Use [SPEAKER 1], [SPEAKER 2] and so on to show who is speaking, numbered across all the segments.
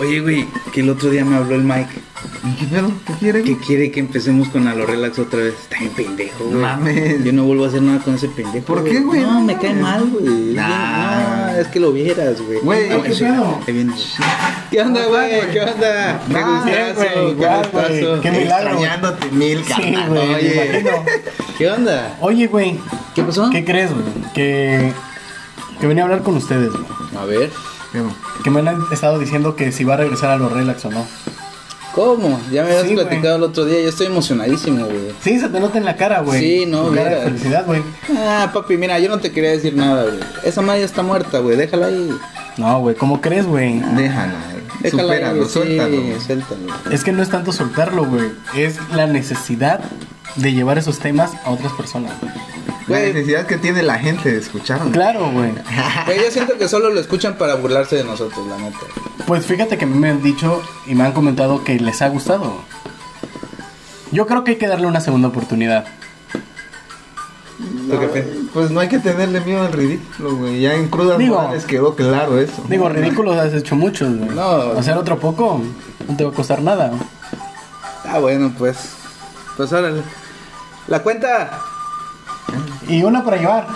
[SPEAKER 1] Oye, güey, que el otro día me habló el Mike
[SPEAKER 2] ¿Y qué pedo? ¿Qué quiere?
[SPEAKER 1] que quiere que empecemos con Alo Relax otra vez. Está bien pendejo,
[SPEAKER 2] No
[SPEAKER 1] güey.
[SPEAKER 2] mames.
[SPEAKER 1] Yo no vuelvo a hacer nada con ese pendejo.
[SPEAKER 2] ¿Por qué, güey?
[SPEAKER 1] No, me cae mal, güey. Es bien-
[SPEAKER 2] Nah.
[SPEAKER 1] No, es que lo vieras, güey.
[SPEAKER 2] Güey,
[SPEAKER 1] No,
[SPEAKER 2] ¿qué
[SPEAKER 1] sí,
[SPEAKER 3] pedo?
[SPEAKER 1] ahí viene. ¿Qué onda, güey? ¿Qué onda? Qué
[SPEAKER 2] Nah,
[SPEAKER 1] gustazo,
[SPEAKER 3] güey,
[SPEAKER 1] qué
[SPEAKER 3] igual, güey.
[SPEAKER 1] gustazo.
[SPEAKER 3] Qué milagro, güey.
[SPEAKER 2] Extrañándote mil,
[SPEAKER 3] Sí,
[SPEAKER 2] carnal.
[SPEAKER 3] güey, me
[SPEAKER 1] oye. ¿Ah?
[SPEAKER 3] imagino.
[SPEAKER 1] ¿Qué onda?
[SPEAKER 3] Oye, güey,
[SPEAKER 1] ¿Qué pasó?
[SPEAKER 3] ¿qué crees, güey? Que, que venía a hablar con ustedes, güey.
[SPEAKER 1] A ver.
[SPEAKER 3] Que me han estado diciendo que si va a regresar a los relax o no.
[SPEAKER 1] ¿Cómo? Ya me habías
[SPEAKER 3] Sí, güey.
[SPEAKER 1] platicado el otro día. Yo estoy emocionadísimo, güey.
[SPEAKER 3] Sí, se te nota en la cara, güey.
[SPEAKER 1] Sí, no,
[SPEAKER 3] Tu cara de
[SPEAKER 1] mira.
[SPEAKER 3] felicidad, güey.
[SPEAKER 1] Ah, papi, mira, yo no te quería decir nada, güey. Esa madre ya está muerta, güey. Déjala ahí.
[SPEAKER 3] No, güey, ¿cómo crees, güey?
[SPEAKER 2] Déjalo, güey.
[SPEAKER 1] Déjala ahí,
[SPEAKER 2] eh, Supéralo,
[SPEAKER 1] güey. Sí,
[SPEAKER 2] suéltalo. güey.
[SPEAKER 1] suéltalo.
[SPEAKER 3] Es que no es tanto soltarlo, güey. Es la necesidad de llevar esos temas a otras personas. güey.
[SPEAKER 2] La
[SPEAKER 1] Güey.
[SPEAKER 2] necesidad que tiene la gente de escucharnos.
[SPEAKER 3] Claro, güey.
[SPEAKER 1] Güey, yo siento que solo lo escuchan para burlarse de nosotros, la neta.
[SPEAKER 3] Pues fíjate que a mí me han dicho y me han comentado que les ha gustado. Yo creo que hay que darle una segunda oportunidad.
[SPEAKER 1] ¿Tú qué piensas?
[SPEAKER 2] Pues no hay que tenerle miedo al ridículo, güey. Ya en crudas
[SPEAKER 3] Digo-
[SPEAKER 2] les quedó claro eso.
[SPEAKER 3] Digo, ridículos has hecho muchos, güey.
[SPEAKER 1] No.
[SPEAKER 3] Hacer otro poco no te va a costar nada.
[SPEAKER 1] Ah, bueno, pues. Pues órale. La cuenta.
[SPEAKER 3] Y una para llevar.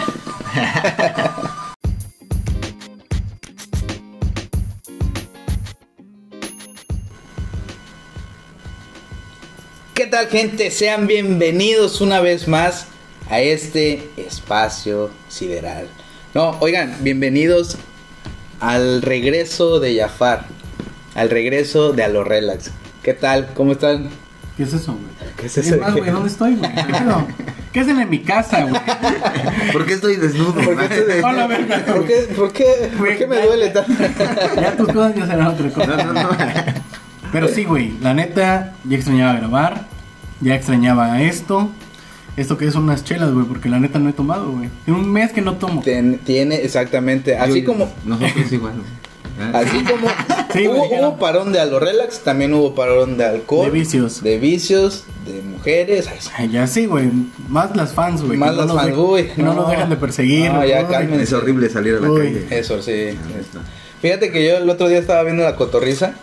[SPEAKER 1] ¿Qué tal, gente? Sean bienvenidos una vez más a este espacio sideral. No, oigan, bienvenidos al regreso de Jafar. Al regreso de Alo Relax. ¿Qué tal? ¿Cómo están?
[SPEAKER 3] ¿Qué es eso, güey?
[SPEAKER 1] ¿Qué es
[SPEAKER 3] Es más, güey, ¿dónde estoy, güey? ¿Qué pedo? ¿Qué hacen en mi casa, güey?
[SPEAKER 2] ¿Por qué estoy desnudo?
[SPEAKER 1] ¿Por qué,
[SPEAKER 2] güey?
[SPEAKER 1] estoy de-
[SPEAKER 3] Hola, verga.
[SPEAKER 1] ¿Por qué, por qué- por qué me duele tanto?
[SPEAKER 3] Ya tus cosas ya serán otra cosa.
[SPEAKER 2] No, no, no.
[SPEAKER 3] Pero sí, güey, la neta, ya extrañaba grabar, ya extrañaba esto. Esto que son unas chelas, güey, porque la neta no he tomado, güey. Tiene un mes que no tomo.
[SPEAKER 1] Ten- tiene exactamente, así
[SPEAKER 2] Yo-
[SPEAKER 1] como
[SPEAKER 2] Nosotros igual. güey. Ah,
[SPEAKER 1] así como
[SPEAKER 3] Sí, me
[SPEAKER 1] hubo,
[SPEAKER 3] dijeron.
[SPEAKER 1] hubo parón de algo relax, también hubo parón de alcohol,
[SPEAKER 3] De vicios.
[SPEAKER 1] de vicios, de mujeres, ay, sí.
[SPEAKER 3] Ay, ya sí, güey. Más las fans, güey.
[SPEAKER 1] Más
[SPEAKER 3] que
[SPEAKER 1] las
[SPEAKER 3] nos
[SPEAKER 1] fans,
[SPEAKER 3] de-
[SPEAKER 1] uy,
[SPEAKER 3] que No,
[SPEAKER 1] no.
[SPEAKER 3] nos dejan de perseguir.
[SPEAKER 1] No, ya,
[SPEAKER 3] uy.
[SPEAKER 1] cálmense.
[SPEAKER 2] Es horrible salir a la
[SPEAKER 3] Uy.
[SPEAKER 2] calle.
[SPEAKER 1] eso sí.
[SPEAKER 2] Ah, está.
[SPEAKER 1] Fíjate que yo el otro día estaba viendo la cotorriza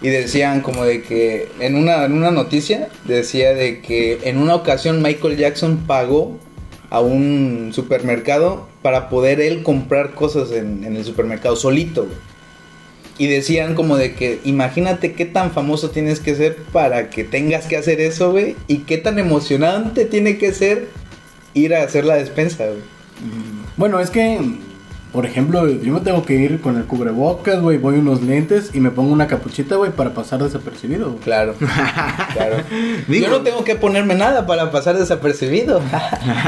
[SPEAKER 1] y decían como de que en una en una noticia decía de que en una ocasión Michael Jackson pagó a un supermercado para poder él comprar cosas en, en el supermercado solito. güey. Y decían como de que imagínate qué tan famoso tienes que ser para que tengas que hacer eso, güey. Y qué tan emocionante tiene que ser ir a hacer la despensa, güey.
[SPEAKER 3] Bueno, es que, por ejemplo, yo me tengo que ir con el cubrebocas, güey. Voy unos lentes y me pongo una capuchita, güey, para pasar desapercibido. güey.
[SPEAKER 1] Claro, claro.
[SPEAKER 2] Digo-
[SPEAKER 1] Yo no tengo que ponerme nada para pasar desapercibido.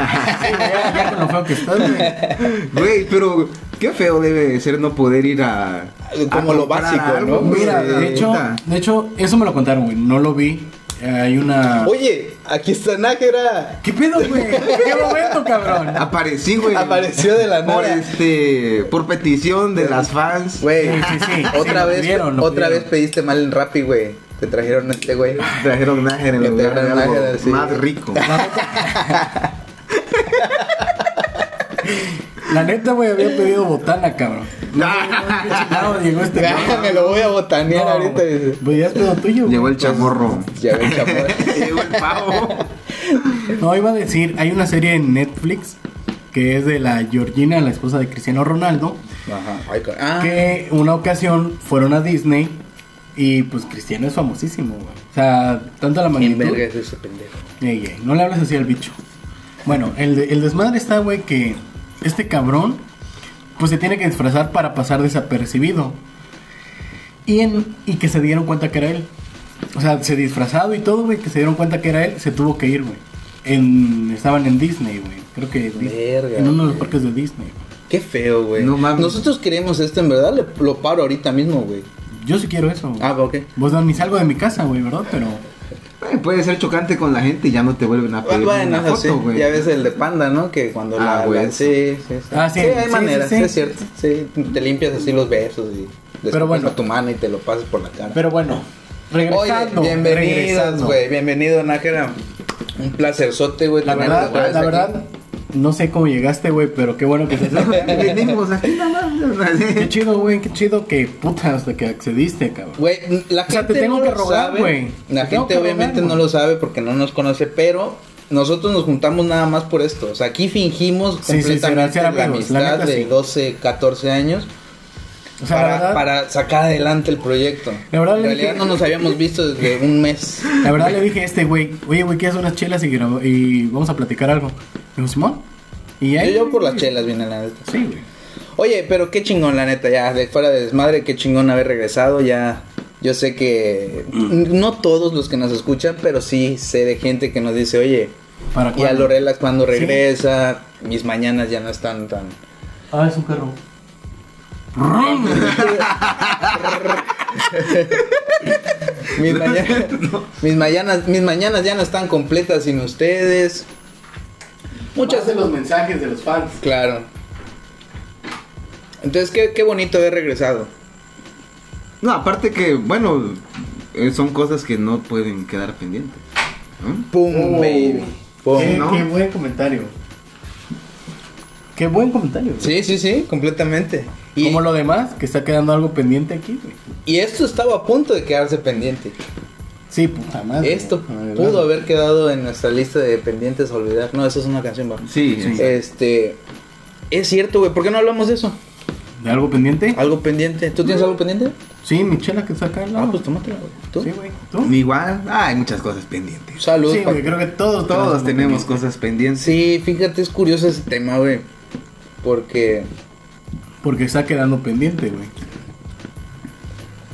[SPEAKER 3] Ya, ya con lo feo que estás, güey.
[SPEAKER 2] Güey, pero qué feo debe de ser no poder ir a.
[SPEAKER 1] Como
[SPEAKER 2] a
[SPEAKER 1] lo
[SPEAKER 2] comprar
[SPEAKER 1] básico, ¿no?
[SPEAKER 2] güey.
[SPEAKER 3] Mira, de hecho,
[SPEAKER 2] Neta.
[SPEAKER 3] de hecho, eso me lo contaron, güey. No lo vi. Eh, Hay una.
[SPEAKER 1] Oye, aquí está Nájera.
[SPEAKER 3] ¿Qué pedo, güey? ¿Qué momento, cabrón?
[SPEAKER 2] Aparecí, güey.
[SPEAKER 1] Apareció de la
[SPEAKER 2] Por
[SPEAKER 1] nada.
[SPEAKER 2] este. Por petición de las fans.
[SPEAKER 1] Güey,
[SPEAKER 3] Sí, sí, sí, sí,
[SPEAKER 1] otra
[SPEAKER 3] lo
[SPEAKER 1] vez,
[SPEAKER 3] pidieron, lo
[SPEAKER 1] otra
[SPEAKER 3] pidieron.
[SPEAKER 1] vez pediste mal en Rappi, güey. Te trajeron a este güey.
[SPEAKER 2] Trajeron Nájera en
[SPEAKER 1] Le
[SPEAKER 2] lugar de
[SPEAKER 1] trajeron
[SPEAKER 2] algo
[SPEAKER 1] Nájera, sí.
[SPEAKER 2] más rico.
[SPEAKER 3] La neta, güey, había pedido botana, cabrón. No, sé qué chingado llegó este
[SPEAKER 1] Ah, Me lo voy a botanear ahorita. dice.
[SPEAKER 3] Pues ya es pedo tuyo. güey.
[SPEAKER 2] Llegó el chamorro.
[SPEAKER 1] Ya ven, chamoy.
[SPEAKER 2] Llegó el pavo.
[SPEAKER 3] No, iba a decir, hay una serie en Netflix que es de la Georgina, la esposa de Cristiano Ronaldo,
[SPEAKER 1] Ajá. ay, con- ah,
[SPEAKER 3] que una ocasión fueron a Disney y pues Cristiano es famosísimo, güey. O sea, tanto la
[SPEAKER 1] ¿quién
[SPEAKER 3] magnitud.
[SPEAKER 1] verga es ese pendejo?
[SPEAKER 3] Ey, ey, no le hables así al bicho. Bueno, el, de- el desmadre está, güey, que este cabrón, pues se tiene que disfrazar para pasar desapercibido. Y, en- y que se dieron cuenta que era él. O sea, se disfrazado y todo, güey, que se dieron cuenta que era él, se tuvo que ir, güey. En- estaban en Disney, güey. Creo que Dis-
[SPEAKER 1] Verga,
[SPEAKER 3] en uno de los
[SPEAKER 1] güey.
[SPEAKER 3] parques de Disney.
[SPEAKER 1] Qué feo, güey.
[SPEAKER 2] No mames.
[SPEAKER 1] Nosotros queremos esto, en verdad. le- lo paro ahorita mismo, güey.
[SPEAKER 3] Yo sí quiero eso. güey.
[SPEAKER 1] Ah, ok.
[SPEAKER 3] Vos no, ni salgo de mi casa, güey, ¿verdad? Pero...
[SPEAKER 2] Ay, puede ser chocante con la gente y ya no te vuelven a pedir
[SPEAKER 1] Bueno,
[SPEAKER 2] una
[SPEAKER 1] sí,
[SPEAKER 2] foto, güey.
[SPEAKER 1] ya ves el de panda, ¿no? Que cuando
[SPEAKER 2] Ah,
[SPEAKER 1] la,
[SPEAKER 2] güey.
[SPEAKER 1] la- sí, sí, sí.
[SPEAKER 3] Ah, sí,
[SPEAKER 1] hay
[SPEAKER 3] sí,
[SPEAKER 1] maneras,
[SPEAKER 3] sí,
[SPEAKER 1] sí,
[SPEAKER 3] sí.
[SPEAKER 1] es cierto. Sí, te limpias así los besos y
[SPEAKER 3] Pero
[SPEAKER 1] pero
[SPEAKER 3] bueno.
[SPEAKER 1] tu mano y te lo pasas por la cara.
[SPEAKER 3] Pero bueno,
[SPEAKER 1] Oye,
[SPEAKER 3] regresando.
[SPEAKER 1] bienvenidos,
[SPEAKER 3] regresando.
[SPEAKER 1] güey, bienvenido Nájera. Un placer sote, güey.
[SPEAKER 3] La
[SPEAKER 1] tenerlos
[SPEAKER 3] verdad,
[SPEAKER 1] otra vez
[SPEAKER 3] la
[SPEAKER 1] aquí.
[SPEAKER 3] verdad, No sé cómo llegaste, güey, pero qué bueno que estás aquí.
[SPEAKER 2] Venimos aquí nada más.
[SPEAKER 3] Qué chido, güey, qué chido que puta hasta que accediste, cabrón.
[SPEAKER 1] Güey, la
[SPEAKER 3] O sea,
[SPEAKER 1] gente
[SPEAKER 3] te tengo
[SPEAKER 1] no
[SPEAKER 3] que
[SPEAKER 1] lo
[SPEAKER 3] rogar,
[SPEAKER 1] sabe.
[SPEAKER 3] güey.
[SPEAKER 1] La
[SPEAKER 3] Te tengo
[SPEAKER 1] gente
[SPEAKER 3] que
[SPEAKER 1] obviamente
[SPEAKER 3] rogar,
[SPEAKER 1] no
[SPEAKER 3] güey.
[SPEAKER 1] lo sabe porque no nos conoce, pero nosotros nos juntamos nada más por esto. O sea, aquí fingimos
[SPEAKER 3] Sí,
[SPEAKER 1] completamente
[SPEAKER 3] sí, será- será
[SPEAKER 1] la
[SPEAKER 3] amigos, la
[SPEAKER 1] amistad
[SPEAKER 3] neta,
[SPEAKER 1] de
[SPEAKER 3] sí.
[SPEAKER 1] 12, 14 años
[SPEAKER 3] O sea,
[SPEAKER 1] para,
[SPEAKER 3] la verdad,
[SPEAKER 1] para sacar adelante el proyecto.
[SPEAKER 3] La verdad,
[SPEAKER 1] en
[SPEAKER 3] le
[SPEAKER 1] realidad
[SPEAKER 3] dije-
[SPEAKER 1] no nos habíamos visto desde un mes.
[SPEAKER 3] la verdad le dije a este güey, oye, güey, ¿quieres unas chelas y, grabo- y vamos a platicar algo? Me dijo, Simón. Y
[SPEAKER 1] Yo,
[SPEAKER 3] ahí.
[SPEAKER 1] yo por las chelas, viene la neta.
[SPEAKER 3] Sí, güey.
[SPEAKER 1] Oye, pero qué chingón, la neta, ya, de fuera de desmadre, qué chingón haber regresado, ya. Yo sé que no todos los que nos escuchan, pero sí sé de gente que nos dice, oye,
[SPEAKER 3] Para
[SPEAKER 1] y a
[SPEAKER 3] cuándo?
[SPEAKER 1] Lorela cuando
[SPEAKER 3] Sí.
[SPEAKER 1] regresa, mis mañanas ya no están tan...
[SPEAKER 3] Ah, es un carro.
[SPEAKER 1] Mis, mañanas, mis, mañanas, mis mañanas ya no están completas sin ustedes. Muchas...
[SPEAKER 3] de los mensajes de los fans.
[SPEAKER 1] Claro. Entonces, qué, qué bonito haber regresado.
[SPEAKER 2] No, aparte que, bueno, eh, son cosas que no pueden quedar pendientes. ¿no?
[SPEAKER 1] ¡Pum,
[SPEAKER 3] Oh.
[SPEAKER 1] baby! ¡Pum!
[SPEAKER 3] qué,
[SPEAKER 2] ¿no?
[SPEAKER 3] qué buen comentario. Qué buen comentario. güey.
[SPEAKER 1] Sí, sí, sí, completamente. Y,
[SPEAKER 3] Como lo demás, que está quedando algo pendiente aquí, güey.
[SPEAKER 1] y esto estaba a punto de quedarse pendiente.
[SPEAKER 3] Ah, Sí, puta madre.
[SPEAKER 1] Esto
[SPEAKER 3] La verdad.
[SPEAKER 1] pudo haber quedado en nuestra lista de pendientes a olvidar. No, eso es una canción, va.
[SPEAKER 2] Sí,
[SPEAKER 3] Sí.
[SPEAKER 2] eh,
[SPEAKER 1] Este. Es cierto, güey. ¿Por qué no hablamos de eso?
[SPEAKER 3] ¿De algo pendiente?
[SPEAKER 1] Algo pendiente. ¿Tú tienes algo pendiente?
[SPEAKER 3] Sí, mi chela que saca el
[SPEAKER 1] Ah, pues tómatela, güey. ¿Tú?
[SPEAKER 3] Sí, güey. ¿Tú?
[SPEAKER 2] igual, ah, hay muchas cosas pendientes.
[SPEAKER 1] Salud.
[SPEAKER 3] Sí,
[SPEAKER 1] pa-
[SPEAKER 3] güey, creo que todos,
[SPEAKER 2] Todos tenemos
[SPEAKER 3] cosas.
[SPEAKER 2] cosas pendientes.
[SPEAKER 1] sí, fíjate, es curioso ese tema, güey. Porque.
[SPEAKER 3] Porque está quedando pendiente, güey.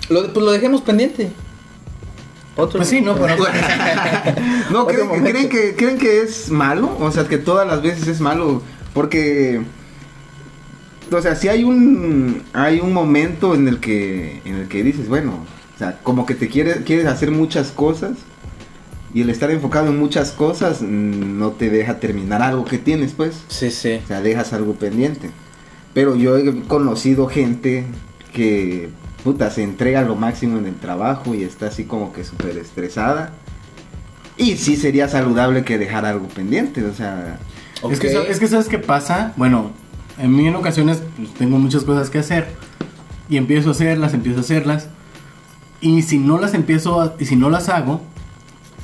[SPEAKER 1] Lo, pues lo dejemos pendiente. Otro.
[SPEAKER 3] Pues sí, no, pero.
[SPEAKER 2] No,
[SPEAKER 1] Otro
[SPEAKER 2] ¿creen,
[SPEAKER 1] momento.
[SPEAKER 2] creen que, ¿creen que es malo? O sea, que todas las veces es malo. Porque, o sea, si hay un, hay un momento en el que, en el que dices, bueno, o sea, como que te quieres, quieres hacer muchas cosas y el estar enfocado en muchas cosas mm, no te deja terminar algo que tienes, pues.
[SPEAKER 1] Sí, sí.
[SPEAKER 2] O sea, dejas algo pendiente. Pero yo he conocido gente que, puta, se entrega lo máximo en el trabajo y está así como que súper estresada. Y sí sería saludable que dejar algo pendiente, o sea...
[SPEAKER 3] Es, que,
[SPEAKER 1] Ok.
[SPEAKER 3] sa- es que sabes qué pasa. Bueno, en mí en ocasiones pues, tengo muchas cosas que hacer. Y empiezo a hacerlas, empiezo a hacerlas. Y si no las empiezo a- y si no las hago,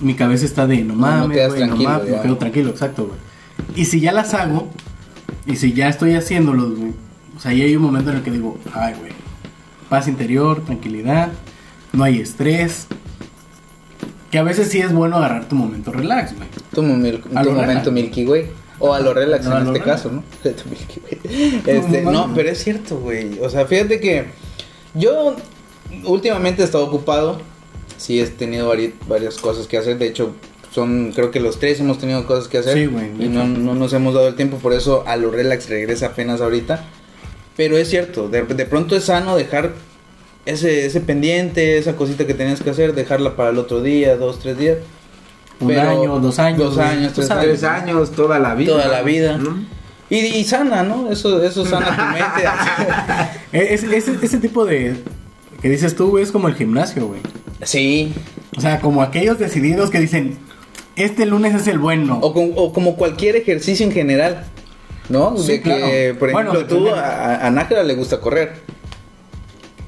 [SPEAKER 3] mi cabeza está de no
[SPEAKER 1] No, no
[SPEAKER 3] mames,
[SPEAKER 1] quedas
[SPEAKER 3] güey, no,
[SPEAKER 1] tranquilo,
[SPEAKER 3] mames,
[SPEAKER 1] ya.
[SPEAKER 3] me quedo tranquilo, exacto, güey. Y si ya las hago, y si ya estoy haciéndolos, güey. O sea, ahí hay un momento en el que digo, ay, güey. Paz interior, tranquilidad, no hay estrés. Que a veces sí es bueno agarrar tu momento relax, güey.
[SPEAKER 1] Tu, mil-
[SPEAKER 3] A
[SPEAKER 1] tu
[SPEAKER 3] lo
[SPEAKER 1] momento
[SPEAKER 3] relax.
[SPEAKER 1] Milky Way. O a lo relax
[SPEAKER 3] No, a
[SPEAKER 1] en
[SPEAKER 3] lo
[SPEAKER 1] este
[SPEAKER 3] relax.
[SPEAKER 1] caso, ¿no? Tu Milky Way. Este,
[SPEAKER 3] No,
[SPEAKER 1] no,
[SPEAKER 3] mames.
[SPEAKER 1] pero es cierto, güey. O sea, fíjate que yo últimamente he estado ocupado. Sí, he tenido vari- varias cosas que hacer. De hecho, son, creo que los tres hemos tenido cosas que hacer.
[SPEAKER 3] Sí, güey, de
[SPEAKER 1] Y no,
[SPEAKER 3] hecho.
[SPEAKER 1] no nos hemos dado el tiempo. Por eso a lo relax regresa apenas ahorita. Pero es cierto, de, de pronto es sano dejar ese, ese pendiente, esa cosita que tenías que hacer, dejarla para el otro día, dos, tres días.
[SPEAKER 3] Un
[SPEAKER 1] Pero-
[SPEAKER 3] año, dos años.
[SPEAKER 1] dos
[SPEAKER 3] güey.
[SPEAKER 1] años,
[SPEAKER 3] Tú
[SPEAKER 1] tres
[SPEAKER 3] sabes.
[SPEAKER 2] Tres años, toda la vida.
[SPEAKER 1] Toda la vida.
[SPEAKER 2] ¿no?
[SPEAKER 1] Y, y sana, ¿no? Eso, eso sana tu mente.
[SPEAKER 3] E- es- es- ese tipo de. que dices tú, güey, es como el gimnasio, güey.
[SPEAKER 1] sí.
[SPEAKER 3] O sea, como aquellos decididos que dicen, este lunes es el bueno.
[SPEAKER 1] O, con- o como cualquier ejercicio en general, ¿no?
[SPEAKER 3] Sí,
[SPEAKER 1] de que,
[SPEAKER 3] claro.
[SPEAKER 1] por
[SPEAKER 3] Bueno,
[SPEAKER 1] ejemplo, tú
[SPEAKER 3] depende.
[SPEAKER 1] a, a- a Nájera le gusta correr.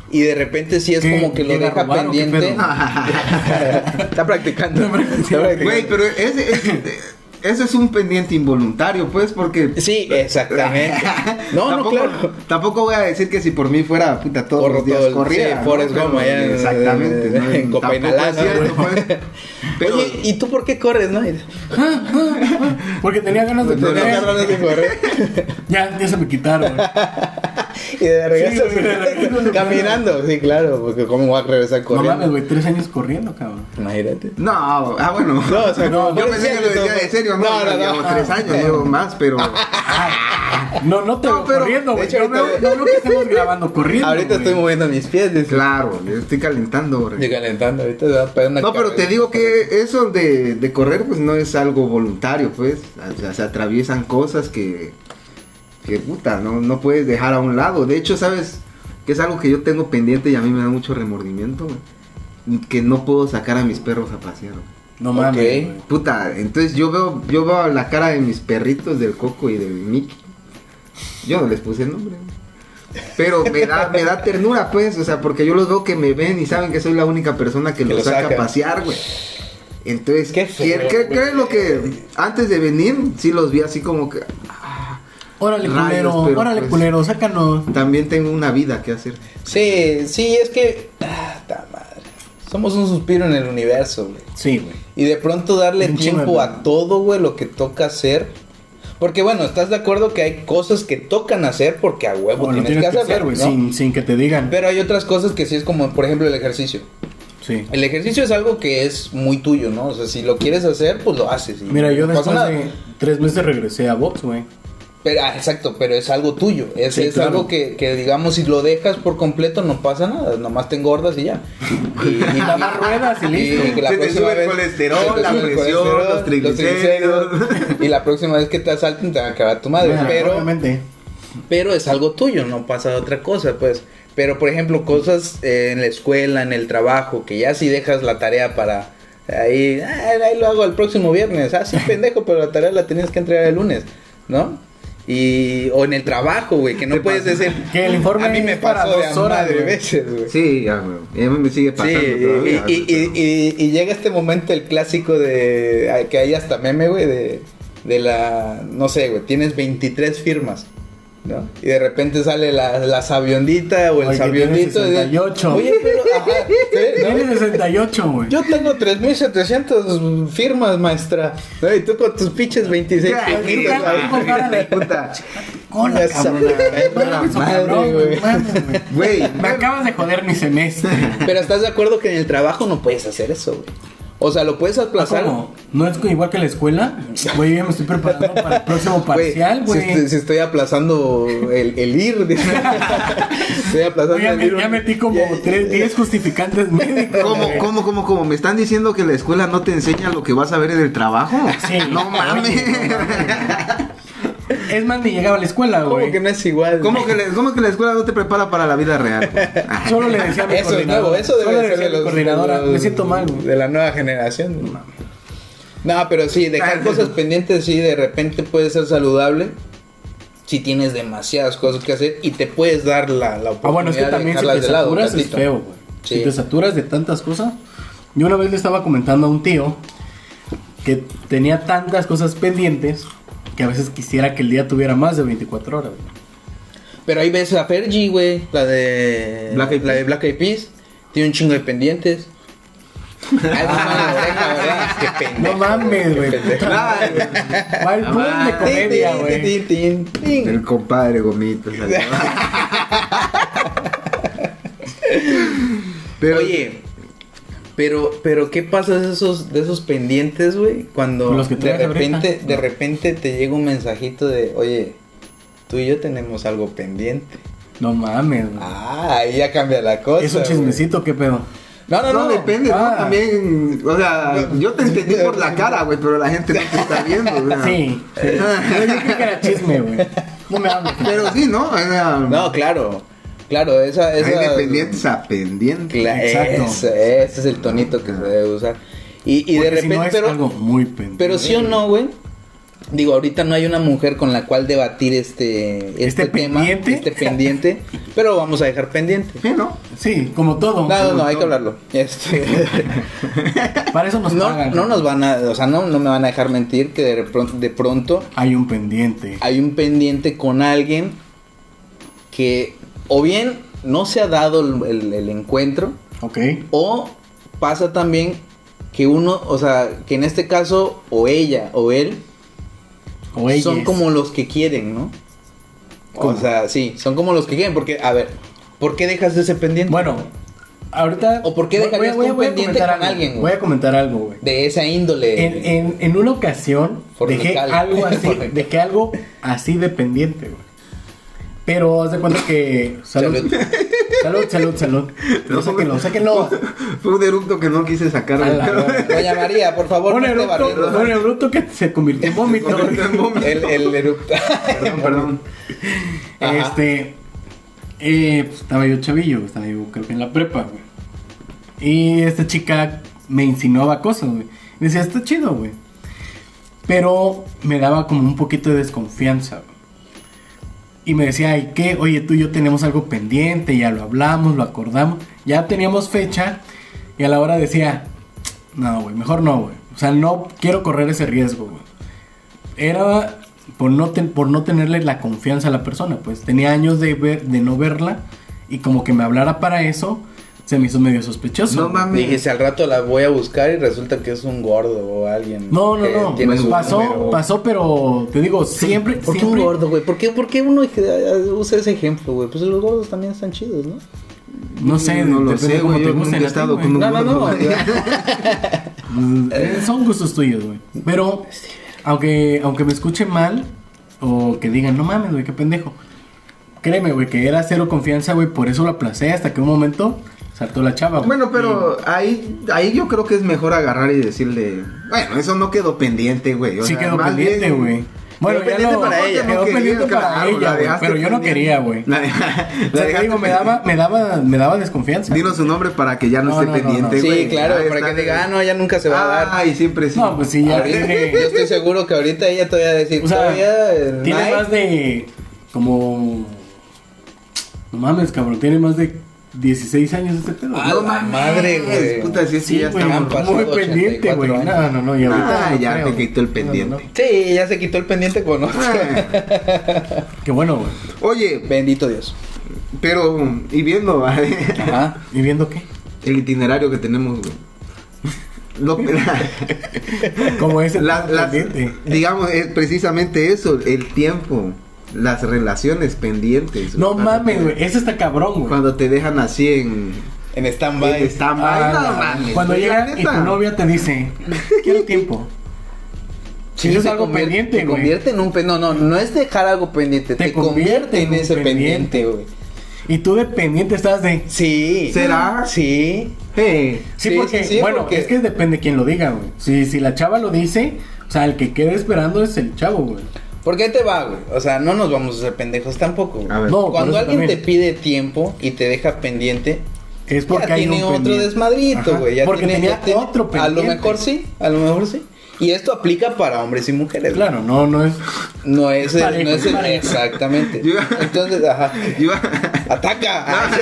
[SPEAKER 1] Y de repente sí es
[SPEAKER 3] ¿Qué?
[SPEAKER 1] como que lo
[SPEAKER 3] ¿Llega a
[SPEAKER 1] deja
[SPEAKER 3] robar o qué
[SPEAKER 1] pendiente.
[SPEAKER 3] pedo?
[SPEAKER 1] Está practicando.
[SPEAKER 3] Está practicando.
[SPEAKER 1] Está practicando.
[SPEAKER 2] Güey, pero ese, ese, ese es un pendiente involuntario, pues, porque...
[SPEAKER 1] Sí, exactamente. No, no,
[SPEAKER 2] tampoco,
[SPEAKER 1] claro.
[SPEAKER 2] Tampoco voy a decir que si por mí fuera, puta, todos
[SPEAKER 1] Corro
[SPEAKER 2] los días
[SPEAKER 1] todo el-
[SPEAKER 2] corría.
[SPEAKER 1] sí,
[SPEAKER 2] ¿no?
[SPEAKER 1] Forrest
[SPEAKER 2] Pero,
[SPEAKER 1] Gump allá en-
[SPEAKER 2] Exactamente. ¿no?
[SPEAKER 1] en
[SPEAKER 2] Tampoco es
[SPEAKER 1] Copenhague, ¿no,
[SPEAKER 2] cierto,
[SPEAKER 1] güey?
[SPEAKER 2] pues. Pero,
[SPEAKER 1] Oye, ¿y tú por qué corres, no? Y-
[SPEAKER 3] Porque tenía ganas de
[SPEAKER 2] No, no,
[SPEAKER 3] correr.
[SPEAKER 2] no,
[SPEAKER 1] ganas de correr.
[SPEAKER 3] Ya, ya se me quitaron. güey.
[SPEAKER 1] Y de regreso
[SPEAKER 3] Sí, güey, de regreso.
[SPEAKER 1] caminando. Sí, claro, porque cómo va a regresar
[SPEAKER 3] No mames,
[SPEAKER 1] corriendo.
[SPEAKER 3] güey, tres años corriendo, cabrón.
[SPEAKER 1] Imagínate.
[SPEAKER 2] no, ah, bueno.
[SPEAKER 1] No, o sea,
[SPEAKER 3] No,
[SPEAKER 1] por
[SPEAKER 2] yo pensé
[SPEAKER 1] eso
[SPEAKER 2] que lo
[SPEAKER 1] yo
[SPEAKER 2] decía de
[SPEAKER 1] tomo-
[SPEAKER 2] serio, ¿no?
[SPEAKER 1] No, no,
[SPEAKER 2] Llevo
[SPEAKER 1] no.
[SPEAKER 2] tres años, llevo más, pero...
[SPEAKER 3] No, no te
[SPEAKER 2] No,
[SPEAKER 3] veo
[SPEAKER 2] pero,
[SPEAKER 3] corriendo,
[SPEAKER 1] de
[SPEAKER 3] güey.
[SPEAKER 1] hecho,
[SPEAKER 3] No veo
[SPEAKER 1] ahorita-
[SPEAKER 3] no veo que estemos grabando corriendo.
[SPEAKER 1] Ahorita
[SPEAKER 3] güey.
[SPEAKER 1] estoy moviendo mis pies. dice.
[SPEAKER 2] Claro, yo estoy calentando, güey.
[SPEAKER 1] Estoy calentando, ahorita se va a pegar una
[SPEAKER 2] No, pero
[SPEAKER 1] carrera.
[SPEAKER 2] te digo que eso de, de correr, pues no es algo voluntario, pues. O sea, se atraviesan cosas que. que puta, no, no puedes dejar a un lado. De hecho, ¿sabes? Que es algo que yo tengo pendiente y a mí me da mucho remordimiento, güey. Que no puedo sacar a mis perros a pasear, güey.
[SPEAKER 3] No
[SPEAKER 1] Ok.
[SPEAKER 3] mames. güey.
[SPEAKER 2] Puta, entonces yo veo, yo veo la cara de mis perritos del Coco y del Mickey. Yo no les puse nombre. güey. Pero me da, me da ternura, pues, o sea, porque yo los veo que me ven y saben que soy la única persona que,
[SPEAKER 1] Que
[SPEAKER 2] los
[SPEAKER 1] los
[SPEAKER 2] saca, a
[SPEAKER 1] saca.
[SPEAKER 2] pasear, güey. Entonces,
[SPEAKER 1] Qué feo,
[SPEAKER 2] ¿qué- qué- ¿creen lo que antes de venir? Sí los vi así como que
[SPEAKER 3] Órale,
[SPEAKER 2] Rayos,
[SPEAKER 3] culero,
[SPEAKER 2] pero
[SPEAKER 3] órale,
[SPEAKER 2] pues-
[SPEAKER 3] culero, sácanos.
[SPEAKER 2] también tengo una vida que hacer.
[SPEAKER 1] Sí, sí, es que. Ah, ta madre. Somos un suspiro en el universo, güey.
[SPEAKER 3] Sí, güey.
[SPEAKER 1] Y de pronto darle
[SPEAKER 3] Un chingo de
[SPEAKER 1] tiempo
[SPEAKER 3] plano.
[SPEAKER 1] a todo, güey, lo que toca hacer. Porque bueno, estás de acuerdo que hay cosas que tocan hacer porque a huevo
[SPEAKER 3] O lo
[SPEAKER 1] pues tienes, que, hacerlo,
[SPEAKER 3] güey,
[SPEAKER 1] ¿no?
[SPEAKER 3] sin, sin que te digan.
[SPEAKER 1] Pero hay otras cosas que sí es como, por ejemplo, el ejercicio.
[SPEAKER 3] Sí.
[SPEAKER 1] El ejercicio es algo que es muy tuyo, ¿no? O sea, si lo quieres hacer, pues lo haces. y
[SPEAKER 3] Mira, yo
[SPEAKER 1] no pasa
[SPEAKER 3] después
[SPEAKER 1] nada.
[SPEAKER 3] de tres meses regresé a Vox, güey.
[SPEAKER 1] Pero, ah, exacto, pero es algo tuyo. Es,
[SPEAKER 3] Sí,
[SPEAKER 1] es
[SPEAKER 3] claro.
[SPEAKER 1] algo que, que, digamos, si lo dejas por completo, no pasa nada. Nomás te engordas y ya. Y, y-
[SPEAKER 3] Nada más ruedas y listo.
[SPEAKER 1] que la
[SPEAKER 2] Se te
[SPEAKER 1] próxima
[SPEAKER 2] sube el
[SPEAKER 1] vez-
[SPEAKER 2] colesterol,
[SPEAKER 1] se te
[SPEAKER 2] la
[SPEAKER 1] sube el
[SPEAKER 2] presión,
[SPEAKER 1] colesterol,
[SPEAKER 2] los triglicéridos.
[SPEAKER 1] triglicéridos, y la próxima vez que te asalten, te va a acabar tu madre.
[SPEAKER 3] Bueno,
[SPEAKER 1] pero,
[SPEAKER 3] obviamente.
[SPEAKER 1] pero es algo tuyo, no pasa de otra cosa, pues. Pero, por ejemplo, cosas eh, en la escuela, en el trabajo, que ya si dejas la tarea para ahí, "Ah, ahí lo hago el próximo viernes, ah, sí, pendejo, pero la tarea la tenías que entregar el lunes, ¿no? Y, o en el trabajo, güey, que no
[SPEAKER 2] Te
[SPEAKER 1] puedes
[SPEAKER 2] pasa.
[SPEAKER 1] decir,
[SPEAKER 3] Que el informe
[SPEAKER 1] a mí me
[SPEAKER 3] es para
[SPEAKER 1] pasó de
[SPEAKER 3] dos
[SPEAKER 1] a
[SPEAKER 3] horas,
[SPEAKER 1] madre
[SPEAKER 3] güey".
[SPEAKER 1] veces, güey.
[SPEAKER 2] Sí, ya, güey. Y a mí me sigue
[SPEAKER 1] Sí,
[SPEAKER 2] pasando
[SPEAKER 1] y,
[SPEAKER 2] todavía.
[SPEAKER 1] y- y- y- y llega este momento el clásico de ay, que hay hasta meme, güey, de, de la, no sé, güey, tienes 23 firmas, ¿no? Y de repente sale la, la sabiondita o el
[SPEAKER 3] Oye, que tiene
[SPEAKER 1] sabiondito. y de-
[SPEAKER 3] 68.
[SPEAKER 1] Oye, pero, ajá, sí, ¿no?
[SPEAKER 3] Tiene 68, güey.
[SPEAKER 1] Yo tengo 3.700 firmas, maestra. ¿no? Y tú con tus pinches 26
[SPEAKER 2] Ya,
[SPEAKER 1] firmitas,
[SPEAKER 2] ya,
[SPEAKER 1] ¿sabes?
[SPEAKER 3] con cara de-
[SPEAKER 2] Puta.
[SPEAKER 3] Cola,
[SPEAKER 1] Esa
[SPEAKER 3] cabrona.
[SPEAKER 1] perra
[SPEAKER 3] Mames,
[SPEAKER 1] madre,
[SPEAKER 3] cabrón,
[SPEAKER 1] güey.
[SPEAKER 3] güey, mames, güey.
[SPEAKER 2] Güey,
[SPEAKER 3] Me acabas de joder mi semestre.
[SPEAKER 1] Pero estás de acuerdo que en el trabajo no puedes hacer eso, güey. O sea, lo puedes aplazar.
[SPEAKER 3] ¿Cómo? ¿No es igual que la escuela? Güey, yo ya me estoy preparando para el próximo parcial,
[SPEAKER 1] Güey, Si, estoy-
[SPEAKER 3] güey.
[SPEAKER 1] si estoy aplazando el, el ir. dice. estoy aplazando
[SPEAKER 3] Güey, Ya,
[SPEAKER 1] el ir.
[SPEAKER 3] me- ya metí como
[SPEAKER 1] Ya-
[SPEAKER 3] tres, 10 justificantes médicos.
[SPEAKER 2] ¿Cómo,
[SPEAKER 3] güey.
[SPEAKER 2] cómo, cómo, cómo? ¿Me están diciendo que la escuela no te enseña lo que vas a ver en el trabajo?
[SPEAKER 3] Sí.
[SPEAKER 2] No mames.
[SPEAKER 3] Oye, no mames. Es más, ni llegaba a la escuela,
[SPEAKER 1] ¿Cómo
[SPEAKER 3] güey.
[SPEAKER 1] que no es igual?
[SPEAKER 2] ¿Cómo que, la, ¿Cómo que la escuela no te prepara para la vida real? Ah,
[SPEAKER 3] Solo le decía a mi
[SPEAKER 1] Eso es
[SPEAKER 3] coordinadora.
[SPEAKER 1] nuevo, eso
[SPEAKER 3] Solo
[SPEAKER 1] debe
[SPEAKER 3] le
[SPEAKER 1] ser
[SPEAKER 3] decía
[SPEAKER 1] de
[SPEAKER 3] a mi
[SPEAKER 1] los-
[SPEAKER 3] coordinadora.
[SPEAKER 1] de los-
[SPEAKER 3] Me siento mal, güey.
[SPEAKER 1] De la nueva generación. No, pero sí,
[SPEAKER 3] Ah,
[SPEAKER 1] dejar cosas pendientes sí de repente puede ser saludable si tienes demasiadas cosas que hacer y te puedes dar la, la oportunidad
[SPEAKER 3] Ah, bueno, es que también
[SPEAKER 1] de
[SPEAKER 3] si
[SPEAKER 1] dejarlas
[SPEAKER 3] te
[SPEAKER 1] de lado. un
[SPEAKER 3] saturas es
[SPEAKER 1] ratito.
[SPEAKER 3] feo, güey.
[SPEAKER 1] Sí.
[SPEAKER 3] Si te saturas de tantas cosas. Yo una vez le estaba comentando a un tío que tenía tantas cosas pendientes que a veces quisiera que el día tuviera más de 24 horas. güey.
[SPEAKER 1] Pero ahí ves a Fergie, güey, la de
[SPEAKER 2] Black Eyed
[SPEAKER 1] la de
[SPEAKER 2] Peas.
[SPEAKER 1] Black Eyed Peas, tiene un chingo de pendientes. Algo mala oreja, ¿verdad? Qué pendejo.
[SPEAKER 3] No mames, güey.
[SPEAKER 2] Ay,
[SPEAKER 3] ¿Cuál tú eres de
[SPEAKER 2] Ah,
[SPEAKER 3] comedia,
[SPEAKER 1] Tin,
[SPEAKER 3] güey?
[SPEAKER 1] tin, tin, tin, tin.
[SPEAKER 2] El compadre Gomito. Pero,
[SPEAKER 1] Oye, pero, pero ¿qué pasa de esos, de esos pendientes, güey? Cuando
[SPEAKER 3] Los que
[SPEAKER 1] de
[SPEAKER 3] traes
[SPEAKER 1] repente,
[SPEAKER 3] ahorita.
[SPEAKER 1] de repente te llega un mensajito de, oye, tú y yo tenemos algo pendiente.
[SPEAKER 3] No mames, güey.
[SPEAKER 1] Ah, ahí ya cambia la cosa.
[SPEAKER 3] Es un
[SPEAKER 1] güey.
[SPEAKER 3] chismecito, qué pedo.
[SPEAKER 1] No, no,
[SPEAKER 2] no,
[SPEAKER 1] no,
[SPEAKER 2] depende,
[SPEAKER 3] ah.
[SPEAKER 2] ¿no? También, o sea, yo te entendí por la cara, güey, pero la gente no te está viendo,
[SPEAKER 1] Ah.
[SPEAKER 2] güey.
[SPEAKER 3] Sí, sí. Yo dije que era chisme, güey. No me hables.
[SPEAKER 2] Pero sí, ¿no? O sea,
[SPEAKER 1] No, claro. Claro, esa,
[SPEAKER 2] hay
[SPEAKER 1] esa.
[SPEAKER 2] de pendientes a pendientes.
[SPEAKER 1] Cla-
[SPEAKER 3] Exacto.
[SPEAKER 1] Ese, ese es el tonito que se debe usar. Y, y de
[SPEAKER 3] Porque
[SPEAKER 1] repente,
[SPEAKER 3] si no es
[SPEAKER 1] pero,
[SPEAKER 3] algo muy pendiente.
[SPEAKER 1] pero sí o no, güey. Digo, ahorita no hay una mujer con la cual debatir este, este,
[SPEAKER 3] Este
[SPEAKER 1] tema,
[SPEAKER 3] pendiente.
[SPEAKER 1] este pendiente, pero vamos a dejar pendiente.
[SPEAKER 2] Sí, ¿no?
[SPEAKER 3] Sí, como todo.
[SPEAKER 1] No, no, no, hay que hablarlo. Este,
[SPEAKER 3] Para eso nos
[SPEAKER 1] no,
[SPEAKER 3] pagan.
[SPEAKER 1] no nos van a, o sea, no, no me van a dejar mentir que de, repron- de pronto
[SPEAKER 3] Hay un pendiente.
[SPEAKER 1] hay un pendiente con alguien que o bien no se ha dado el- el- el encuentro,
[SPEAKER 3] Ok.
[SPEAKER 1] O pasa también que uno, o sea, que en este caso, o ella o él,
[SPEAKER 3] O ellas.
[SPEAKER 1] son como los que quieren, ¿no?
[SPEAKER 3] ¿Cómo?
[SPEAKER 1] O sea, sí, son como los que quieren, porque, a ver, ¿por qué dejas ese pendiente?
[SPEAKER 3] Bueno, ahorita.
[SPEAKER 1] ¿O por qué
[SPEAKER 3] voy-
[SPEAKER 1] dejarías
[SPEAKER 3] voy-
[SPEAKER 1] tú
[SPEAKER 3] voy a
[SPEAKER 1] pendiente
[SPEAKER 3] comentar
[SPEAKER 1] con
[SPEAKER 3] algo.
[SPEAKER 1] alguien, güey?
[SPEAKER 3] Voy a comentar algo, güey.
[SPEAKER 1] De esa índole.
[SPEAKER 3] En, en, en una ocasión
[SPEAKER 1] Fornical.
[SPEAKER 3] dejé algo así,
[SPEAKER 1] Fornical.
[SPEAKER 3] dejé algo así de pendiente, güey. Pero haz de cuenta que. Salud.
[SPEAKER 1] Salud.
[SPEAKER 3] Salud, salud, salud.
[SPEAKER 2] No,
[SPEAKER 3] Sáquenlo,
[SPEAKER 2] güey.
[SPEAKER 3] sáquenlo.
[SPEAKER 2] Fue un eructo que no quise sacar.
[SPEAKER 3] A la
[SPEAKER 2] güey.
[SPEAKER 3] verga.
[SPEAKER 1] Doña María, por favor,
[SPEAKER 3] Un
[SPEAKER 1] no esté
[SPEAKER 3] eructo,
[SPEAKER 1] barriendo.
[SPEAKER 3] un eructo que se convirtió en vómito.
[SPEAKER 2] Convirtió en vómito.
[SPEAKER 1] El, el eructo.
[SPEAKER 3] Eh,
[SPEAKER 2] Perdón, perdón.
[SPEAKER 1] Ajá.
[SPEAKER 3] Este. eh, pues, estaba yo chavillo, estaba yo creo que en la prepa, güey. Y esta chica me insinuaba cosas, güey. Decía, está chido, güey. Pero me daba como un poquito de desconfianza, güey. Y me decía, ay, ¿qué? Oye, tú y yo tenemos algo pendiente, ya lo hablamos, lo acordamos. Ya teníamos fecha. Y a la hora decía, no, güey, mejor no, güey. O sea, no quiero correr ese riesgo, güey. Era por no, ten- por no tenerle la confianza a la persona, pues tenía años de, ver, de no verla y como que me hablara para eso, se me hizo medio sospechoso.
[SPEAKER 2] No mames.
[SPEAKER 1] Dijiste, al rato la voy a buscar y resulta que es un gordo o alguien.
[SPEAKER 3] No, no,
[SPEAKER 2] Eh,
[SPEAKER 1] que
[SPEAKER 3] no.
[SPEAKER 1] tiene su
[SPEAKER 3] pasó,
[SPEAKER 1] número.
[SPEAKER 3] pasó, pero te digo, siempre,
[SPEAKER 1] ¿Por qué un
[SPEAKER 3] siempre-
[SPEAKER 1] gordo, güey? ¿Por qué, por qué uno que- ah, usa ese ejemplo, güey? Pues los gordos también están chidos, ¿no?
[SPEAKER 3] No sé,
[SPEAKER 2] no lo
[SPEAKER 3] depende
[SPEAKER 2] sé,
[SPEAKER 3] cómo
[SPEAKER 2] güey.
[SPEAKER 3] te
[SPEAKER 2] Eh, Yo
[SPEAKER 3] gusten
[SPEAKER 2] nunca he
[SPEAKER 3] a ti,
[SPEAKER 2] estado
[SPEAKER 3] güey.
[SPEAKER 2] con un
[SPEAKER 1] No, no, no.
[SPEAKER 2] gordo.
[SPEAKER 3] Mm, eh, Son gustos tuyos, güey. Pero, aunque, aunque me escuche mal, o que digan, no mames, güey, qué pendejo. Créeme, güey, que era cero confianza, güey, por eso lo aplacé hasta que un momento saltó la chava, güey.
[SPEAKER 2] Bueno, pero ahí, ahí yo creo que es mejor agarrar y decirle, bueno, eso no quedó pendiente, güey. o
[SPEAKER 3] Sí
[SPEAKER 2] sea,
[SPEAKER 3] quedó
[SPEAKER 2] más
[SPEAKER 3] pendiente,
[SPEAKER 2] bien-
[SPEAKER 3] güey. Bueno, ya
[SPEAKER 2] pendiente
[SPEAKER 3] no,
[SPEAKER 2] para ella,
[SPEAKER 3] quedó
[SPEAKER 2] no querías,
[SPEAKER 3] pendiente para
[SPEAKER 2] claro, la
[SPEAKER 3] ella, güey,
[SPEAKER 2] dejaste
[SPEAKER 3] pero yo no
[SPEAKER 2] pendiente.
[SPEAKER 3] quería, güey.
[SPEAKER 2] La deja-
[SPEAKER 3] O sea,
[SPEAKER 2] la
[SPEAKER 3] te
[SPEAKER 2] dejaste
[SPEAKER 3] digo, me
[SPEAKER 2] pendiente.
[SPEAKER 3] daba, me daba, me daba desconfianza.
[SPEAKER 2] Dinos su nombre para que ya no,
[SPEAKER 3] No,
[SPEAKER 2] esté
[SPEAKER 3] no, no,
[SPEAKER 2] pendiente,
[SPEAKER 3] no.
[SPEAKER 1] Sí,
[SPEAKER 2] güey.
[SPEAKER 1] claro,
[SPEAKER 2] Ah,
[SPEAKER 1] para
[SPEAKER 2] está-
[SPEAKER 1] que diga, ah, no, ya nunca se va a dar.
[SPEAKER 2] Ay, siempre sí.
[SPEAKER 3] No, pues sí, ya
[SPEAKER 1] Ahorita,
[SPEAKER 3] tiene-
[SPEAKER 1] Yo estoy seguro que ahorita ella todavía va a decir,
[SPEAKER 3] O sea,
[SPEAKER 1] todavía eh,
[SPEAKER 3] tiene
[SPEAKER 1] Nike,
[SPEAKER 3] más de. Como. No mames, cabrón. Tiene más de 16 años este pedo.
[SPEAKER 1] Ah,
[SPEAKER 2] No
[SPEAKER 1] la
[SPEAKER 2] mames,
[SPEAKER 1] madre, güey.
[SPEAKER 2] Puta, sí, sí,
[SPEAKER 3] Sí,
[SPEAKER 2] ya
[SPEAKER 3] güey,
[SPEAKER 2] está
[SPEAKER 1] estamos
[SPEAKER 3] muy
[SPEAKER 1] pasando
[SPEAKER 3] pendiente,
[SPEAKER 1] 84
[SPEAKER 3] güey.
[SPEAKER 1] años.
[SPEAKER 3] No, no, no. Y ahorita
[SPEAKER 2] Ah,
[SPEAKER 3] no
[SPEAKER 2] ya
[SPEAKER 3] creo,
[SPEAKER 2] te
[SPEAKER 3] güey.
[SPEAKER 2] quitó el
[SPEAKER 3] No,
[SPEAKER 2] pendiente.
[SPEAKER 3] no, no.
[SPEAKER 1] Sí, ya se quitó el pendiente con otro.
[SPEAKER 2] Ah,
[SPEAKER 3] Qué bueno, güey.
[SPEAKER 2] Oye,
[SPEAKER 1] Bendito Dios.
[SPEAKER 2] pero, y viendo eh, ¿vale?
[SPEAKER 1] Ajá.
[SPEAKER 3] ¿Y viendo qué?
[SPEAKER 2] el itinerario que tenemos, güey. Lo-
[SPEAKER 3] Como ese
[SPEAKER 2] la- las-
[SPEAKER 3] pendiente.
[SPEAKER 2] digamos, es precisamente eso, el tiempo, las relaciones pendientes. güey.
[SPEAKER 3] No
[SPEAKER 2] Cuando
[SPEAKER 3] mames,
[SPEAKER 2] te-
[SPEAKER 3] güey. Ese está cabrón, güey.
[SPEAKER 2] Cuando te dejan así en,
[SPEAKER 1] En
[SPEAKER 2] en
[SPEAKER 1] stand-by.
[SPEAKER 2] stand-by.
[SPEAKER 3] Ah,
[SPEAKER 2] no
[SPEAKER 3] la-
[SPEAKER 2] mames,
[SPEAKER 3] cuando
[SPEAKER 2] güey, la
[SPEAKER 3] llega y
[SPEAKER 2] neta.
[SPEAKER 3] tu novia te dice, quiero tiempo.
[SPEAKER 1] Sí,
[SPEAKER 3] eso es
[SPEAKER 1] se
[SPEAKER 3] algo
[SPEAKER 1] convier-
[SPEAKER 3] pendiente,
[SPEAKER 1] se
[SPEAKER 3] güey.
[SPEAKER 1] convierte en un pendiente. No, no, no es dejar algo pendiente.
[SPEAKER 3] Te
[SPEAKER 1] Te, convierte
[SPEAKER 3] convierte en
[SPEAKER 1] en
[SPEAKER 3] un
[SPEAKER 1] ese
[SPEAKER 3] pendiente.
[SPEAKER 1] pendiente, güey.
[SPEAKER 3] Y tú dependiente estás de.
[SPEAKER 1] Sí.
[SPEAKER 2] ¿Será?
[SPEAKER 1] Sí.
[SPEAKER 2] Hey,
[SPEAKER 3] Sí,
[SPEAKER 1] Sí,
[SPEAKER 3] porque,
[SPEAKER 1] sí, sí,
[SPEAKER 3] bueno,
[SPEAKER 1] porque-
[SPEAKER 3] es que depende quién lo diga, güey. Si, si la chava lo dice, o sea, el que queda esperando es el chavo, güey.
[SPEAKER 1] Porque ahí te va, güey. O sea, no nos vamos a hacer pendejos tampoco, güey.
[SPEAKER 2] A ver.
[SPEAKER 3] No, por
[SPEAKER 1] Pues, Cuando
[SPEAKER 3] eso
[SPEAKER 1] alguien
[SPEAKER 3] también.
[SPEAKER 1] te pide tiempo y te deja pendiente,
[SPEAKER 3] Es porque
[SPEAKER 1] ya
[SPEAKER 3] hay
[SPEAKER 1] tiene
[SPEAKER 3] un
[SPEAKER 1] otro
[SPEAKER 3] pendiente.
[SPEAKER 1] desmadrito,
[SPEAKER 3] Ajá,
[SPEAKER 1] güey. ya
[SPEAKER 3] Porque
[SPEAKER 1] tiene-
[SPEAKER 3] tenía
[SPEAKER 1] ya tiene-
[SPEAKER 3] otro
[SPEAKER 1] A
[SPEAKER 3] pendiente.
[SPEAKER 1] lo mejor sí, a lo mejor sí. Y esto aplica para hombres y mujeres. güey.
[SPEAKER 3] Claro, no, no es.
[SPEAKER 1] No es el,
[SPEAKER 3] Parejo,
[SPEAKER 1] no es el-
[SPEAKER 3] parejo.
[SPEAKER 1] exactamente.
[SPEAKER 2] Yo-
[SPEAKER 1] Entonces, ajá.
[SPEAKER 2] yo-
[SPEAKER 1] ¡Ataca! Ay,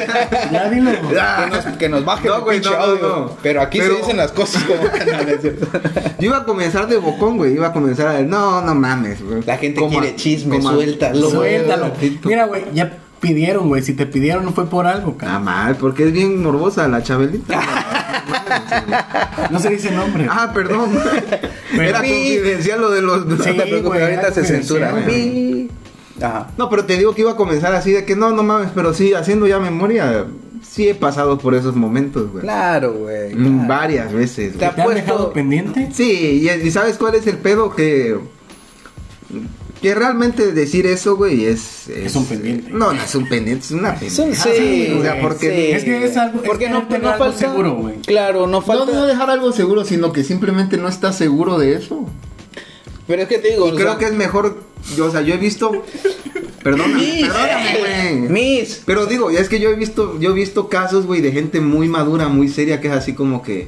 [SPEAKER 3] Ya dilo, güey.
[SPEAKER 1] que, nos, que nos baje
[SPEAKER 2] Ah. No,
[SPEAKER 1] el
[SPEAKER 2] güey,
[SPEAKER 1] pinche
[SPEAKER 2] no, no,
[SPEAKER 1] audio.
[SPEAKER 2] no.
[SPEAKER 1] Pero aquí
[SPEAKER 2] Pero-
[SPEAKER 1] se dicen las cosas como. No, no es cierto.
[SPEAKER 2] Yo iba a comenzar de bocón, güey. Iba a comenzar a ver, no, no mames, güey.
[SPEAKER 1] La gente
[SPEAKER 2] Como
[SPEAKER 1] quiere
[SPEAKER 2] a-
[SPEAKER 1] chisme,
[SPEAKER 2] como a-
[SPEAKER 1] suéltalo.
[SPEAKER 3] Suéltalo. Mira, güey, ya pidieron, güey. Si te pidieron, no fue por algo,
[SPEAKER 2] Está
[SPEAKER 3] cabrón.
[SPEAKER 2] Ah, mal, porque es bien morbosa la chabelita.
[SPEAKER 3] No se dice nombre.
[SPEAKER 2] ah, perdón. Era
[SPEAKER 3] Pi.
[SPEAKER 2] confidencial lo de los.
[SPEAKER 1] No te preocupes,
[SPEAKER 3] güey,
[SPEAKER 1] ahorita se
[SPEAKER 3] sí,
[SPEAKER 1] censura.
[SPEAKER 3] sí,
[SPEAKER 1] Pi. Ajá.
[SPEAKER 2] No, pero te digo que iba a comenzar así de que no, no mames, pero sí, haciendo ya memoria, sí he pasado por esos momentos, güey.
[SPEAKER 1] Claro, güey.
[SPEAKER 2] Mm,
[SPEAKER 1] claro.
[SPEAKER 2] Varias veces,
[SPEAKER 1] Te
[SPEAKER 2] güey.
[SPEAKER 3] ¿Te han
[SPEAKER 1] puesto-
[SPEAKER 3] dejado pendiente?
[SPEAKER 2] Sí, y, y ¿sabes cuál es el pedo? Que. Que realmente decir eso, güey, es,
[SPEAKER 3] Es un pendiente.
[SPEAKER 2] No, no es un pendiente, es una pendiente.
[SPEAKER 1] Son- sí,
[SPEAKER 3] sí,
[SPEAKER 1] o sea,
[SPEAKER 2] güey,
[SPEAKER 1] porque
[SPEAKER 2] sí.
[SPEAKER 3] Es que es algo- es
[SPEAKER 1] porque no,
[SPEAKER 3] tener
[SPEAKER 1] no
[SPEAKER 3] algo
[SPEAKER 1] falta
[SPEAKER 3] seguro, güey.
[SPEAKER 1] Claro, no
[SPEAKER 2] No,
[SPEAKER 1] falta.
[SPEAKER 2] no dejar algo seguro, sino que simplemente no estás seguro de eso.
[SPEAKER 1] Pero es que te digo, o
[SPEAKER 2] Creo
[SPEAKER 1] sea,
[SPEAKER 2] que es mejor, yo, o sea, yo he visto, perdóname,
[SPEAKER 1] Miss,
[SPEAKER 2] perdóname, güey.
[SPEAKER 1] Miss.
[SPEAKER 2] Pero digo, es que yo he visto, yo he visto casos, güey, de gente muy madura, muy seria, que es así como que,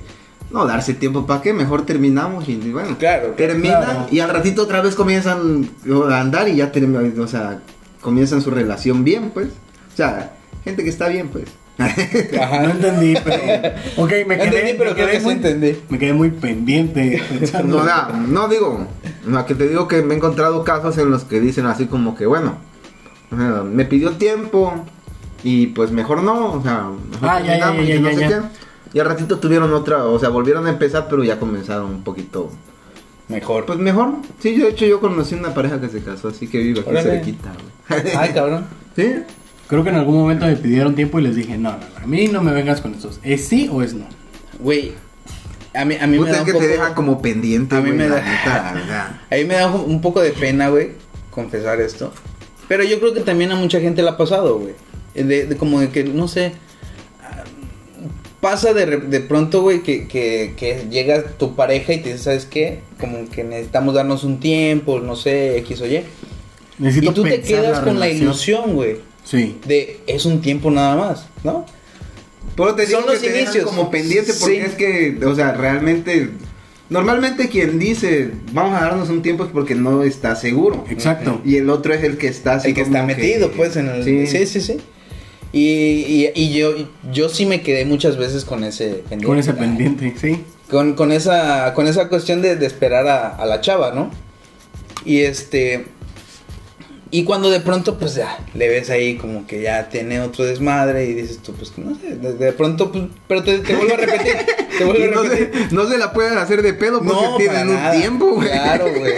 [SPEAKER 2] no, darse tiempo, ¿para qué? Mejor terminamos y bueno,
[SPEAKER 1] Claro,
[SPEAKER 2] terminan
[SPEAKER 3] claro.
[SPEAKER 2] y al ratito otra vez comienzan a andar y ya terminan, o sea, comienzan su relación bien, pues. O sea, gente que está bien, pues.
[SPEAKER 1] Ajá.
[SPEAKER 3] No entendí, pero. Ok, me quedé.
[SPEAKER 1] Entendí, pero creo
[SPEAKER 3] me quedé
[SPEAKER 1] que sí
[SPEAKER 3] muy-
[SPEAKER 1] entendí.
[SPEAKER 3] Me quedé muy pendiente. pensando.
[SPEAKER 2] No, nada, no digo, no, que te digo que me he encontrado casos en los que dicen así como que, bueno, eh, me pidió tiempo y pues mejor no, o sea, mejor
[SPEAKER 3] Ah, ya, ya,
[SPEAKER 2] terminamos
[SPEAKER 3] ya,
[SPEAKER 2] y
[SPEAKER 3] ya,
[SPEAKER 2] no
[SPEAKER 3] ya,
[SPEAKER 2] sé
[SPEAKER 3] ya.
[SPEAKER 2] qué. Y al ratito tuvieron otra, o sea, volvieron a empezar, pero ya comenzaron un poquito.
[SPEAKER 1] Mejor.
[SPEAKER 2] Pues mejor, sí, yo de hecho yo conocí una pareja que se casó, así que vive aquí
[SPEAKER 1] Órale.
[SPEAKER 2] cerquita, güey.
[SPEAKER 1] Ay, cabrón.
[SPEAKER 2] ¿Sí?
[SPEAKER 3] Creo que en algún momento me pidieron tiempo y les dije, no, no, no, a mí no me vengas con estos. ¿Es sí o es no?
[SPEAKER 1] Güey, a mí, a mí me
[SPEAKER 2] Puta,
[SPEAKER 1] da
[SPEAKER 2] es
[SPEAKER 1] un
[SPEAKER 2] que
[SPEAKER 1] poco...
[SPEAKER 2] te dejan como pendiente,
[SPEAKER 1] A mí
[SPEAKER 2] güey,
[SPEAKER 1] me
[SPEAKER 2] la
[SPEAKER 1] da-
[SPEAKER 2] neta, la verdad.
[SPEAKER 1] A mí me da un poco de pena, güey, confesar esto. Pero yo creo que también a mucha gente le ha pasado, güey. Eh, De, de como de que, no sé, ah, pasa de, re- de pronto, güey, que, que, que llega tu pareja y te dice, ¿sabes qué? Como que necesitamos darnos un tiempo, no sé, X o Y.
[SPEAKER 3] Necesito
[SPEAKER 1] Y tú te
[SPEAKER 3] pensar
[SPEAKER 1] quedas con la
[SPEAKER 3] relación.
[SPEAKER 1] ilusión, güey,
[SPEAKER 3] Sí.
[SPEAKER 1] de es un tiempo nada más, ¿no?
[SPEAKER 2] Pero te
[SPEAKER 1] Son
[SPEAKER 2] digo que
[SPEAKER 1] los
[SPEAKER 2] te dejan
[SPEAKER 1] inicios.
[SPEAKER 2] como pendiente porque
[SPEAKER 1] Sí.
[SPEAKER 2] es que, o sea, realmente Normalmente quien dice, vamos a darnos un tiempo es porque no está seguro.
[SPEAKER 3] Exacto.
[SPEAKER 2] Y el otro es el que está así
[SPEAKER 1] el que
[SPEAKER 2] como
[SPEAKER 1] está metido, pues, en el...
[SPEAKER 2] Sí.
[SPEAKER 1] Sí, sí, sí. Y, y- y yo, yo sí me quedé muchas veces con ese pendiente. Ah,
[SPEAKER 3] Con ese pendiente, sí.
[SPEAKER 1] Con, con esa, con esa cuestión de, de esperar a, a la chava, ¿no? Y este... Y cuando de pronto, pues ya, le ves ahí como que ya tiene otro desmadre y dices tú, pues no sé, de, de pronto, pues, pero te, te vuelvo a repetir, te
[SPEAKER 2] Y
[SPEAKER 1] vuelvo a
[SPEAKER 2] no,
[SPEAKER 1] repetir.
[SPEAKER 2] se, no se la pueden hacer de pedo porque
[SPEAKER 1] para
[SPEAKER 2] tienen un
[SPEAKER 1] nada.
[SPEAKER 2] tiempo, güey.
[SPEAKER 1] Claro, güey.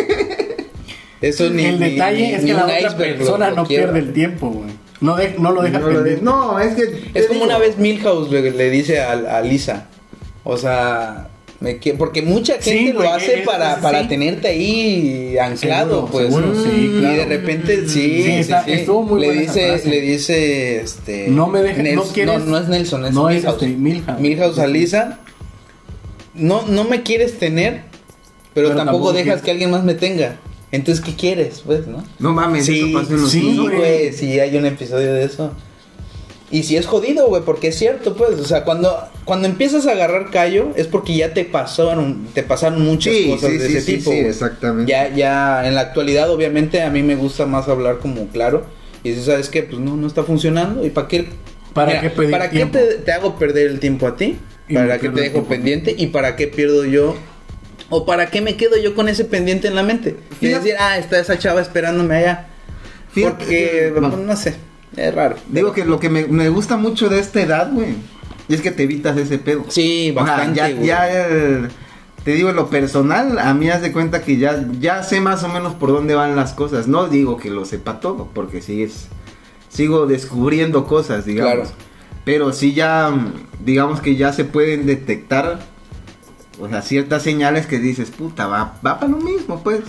[SPEAKER 1] Eso ni
[SPEAKER 3] el
[SPEAKER 1] ni-
[SPEAKER 3] detalle
[SPEAKER 1] ni-
[SPEAKER 3] es
[SPEAKER 1] ni
[SPEAKER 3] que la
[SPEAKER 1] un
[SPEAKER 3] otra
[SPEAKER 1] iceberg lo-
[SPEAKER 3] persona
[SPEAKER 1] lo
[SPEAKER 3] no
[SPEAKER 1] quiebra.
[SPEAKER 3] pierde el tiempo, güey. No, de- no lo deja
[SPEAKER 2] No, lo de-
[SPEAKER 3] pendiente.
[SPEAKER 2] no, es que.
[SPEAKER 1] Es
[SPEAKER 2] te
[SPEAKER 1] como
[SPEAKER 2] digo,
[SPEAKER 1] una vez Milhouse le, le dice a, a Lisa. O sea, me que- porque mucha
[SPEAKER 3] Sí,
[SPEAKER 1] gente
[SPEAKER 3] güey,
[SPEAKER 1] lo hace
[SPEAKER 3] es-
[SPEAKER 1] para,
[SPEAKER 3] sí.
[SPEAKER 1] para tenerte ahí anclado,
[SPEAKER 3] Seguro,
[SPEAKER 1] pues.
[SPEAKER 3] seguro, sí,
[SPEAKER 1] Y de
[SPEAKER 3] claro. Mm,
[SPEAKER 1] repente, sí,
[SPEAKER 3] Sí, está- estuvo muy
[SPEAKER 1] le
[SPEAKER 3] buena esa
[SPEAKER 1] dice,
[SPEAKER 3] frase.
[SPEAKER 1] le dice, este,
[SPEAKER 3] No me dejes- no
[SPEAKER 1] Nels-
[SPEAKER 3] quieres-
[SPEAKER 1] no, no es Nelson, es
[SPEAKER 3] no es,
[SPEAKER 1] Milhouse.
[SPEAKER 3] este, Milhouse.
[SPEAKER 1] a Lisa, no, no me quieres tener, pero,
[SPEAKER 3] Pero
[SPEAKER 1] tampoco,
[SPEAKER 3] tampoco
[SPEAKER 1] dejas
[SPEAKER 3] quieres.
[SPEAKER 1] que alguien más me tenga. Entonces, ¿qué quieres, pues, no?
[SPEAKER 2] No mames,
[SPEAKER 1] Sí,
[SPEAKER 2] eso pasó en los
[SPEAKER 1] sí,
[SPEAKER 3] Simpsons.
[SPEAKER 1] güey, sí hay un episodio de eso. Y si es jodido, güey, porque es cierto, pues, o sea, cuando, cuando empiezas a agarrar callo es porque ya te pasaron, te pasaron muchas
[SPEAKER 2] Sí,
[SPEAKER 1] cosas
[SPEAKER 2] sí,
[SPEAKER 1] de
[SPEAKER 2] sí,
[SPEAKER 1] ese
[SPEAKER 2] sí,
[SPEAKER 1] tipo.
[SPEAKER 2] sí,
[SPEAKER 1] güey.
[SPEAKER 2] exactamente.
[SPEAKER 1] Ya, ya, en la actualidad, obviamente, a mí me gusta más hablar como claro. Y si sabes que, pues, no, no está funcionando. ¿Y para qué?
[SPEAKER 3] ¿Para qué pedir
[SPEAKER 1] ¿Para qué
[SPEAKER 3] tiempo?
[SPEAKER 1] te, te hago perder el tiempo a ti?
[SPEAKER 3] Y me
[SPEAKER 1] ¿Para qué
[SPEAKER 3] pierdo
[SPEAKER 1] te
[SPEAKER 3] el
[SPEAKER 1] dejo
[SPEAKER 3] tiempo.
[SPEAKER 1] pendiente? ¿Y para qué pierdo yo? ¿O para qué me quedo yo con ese pendiente en la mente? Y
[SPEAKER 2] Fíjate-
[SPEAKER 1] decir, ah, está esa chava esperándome allá.
[SPEAKER 2] Fíjate
[SPEAKER 1] Porque,
[SPEAKER 2] que-
[SPEAKER 1] bueno, no sé, es raro.
[SPEAKER 2] Digo que lo que me, me gusta mucho de esta edad, güey, es que te evitas ese pedo.
[SPEAKER 1] Sí,
[SPEAKER 2] O sea,
[SPEAKER 1] bastante,
[SPEAKER 2] ya-
[SPEAKER 1] güey.
[SPEAKER 2] ya, eh, te digo, en lo personal, a mí haz de cuenta que ya, ya sé más o menos por dónde van las cosas. No digo que lo sepa todo, porque sí es, sigo descubriendo cosas, digamos.
[SPEAKER 1] Claro.
[SPEAKER 2] Pero sí ya, mm, digamos que ya se pueden detectar, o sea, ciertas señales que dices, puta, va, va para lo mismo, pues.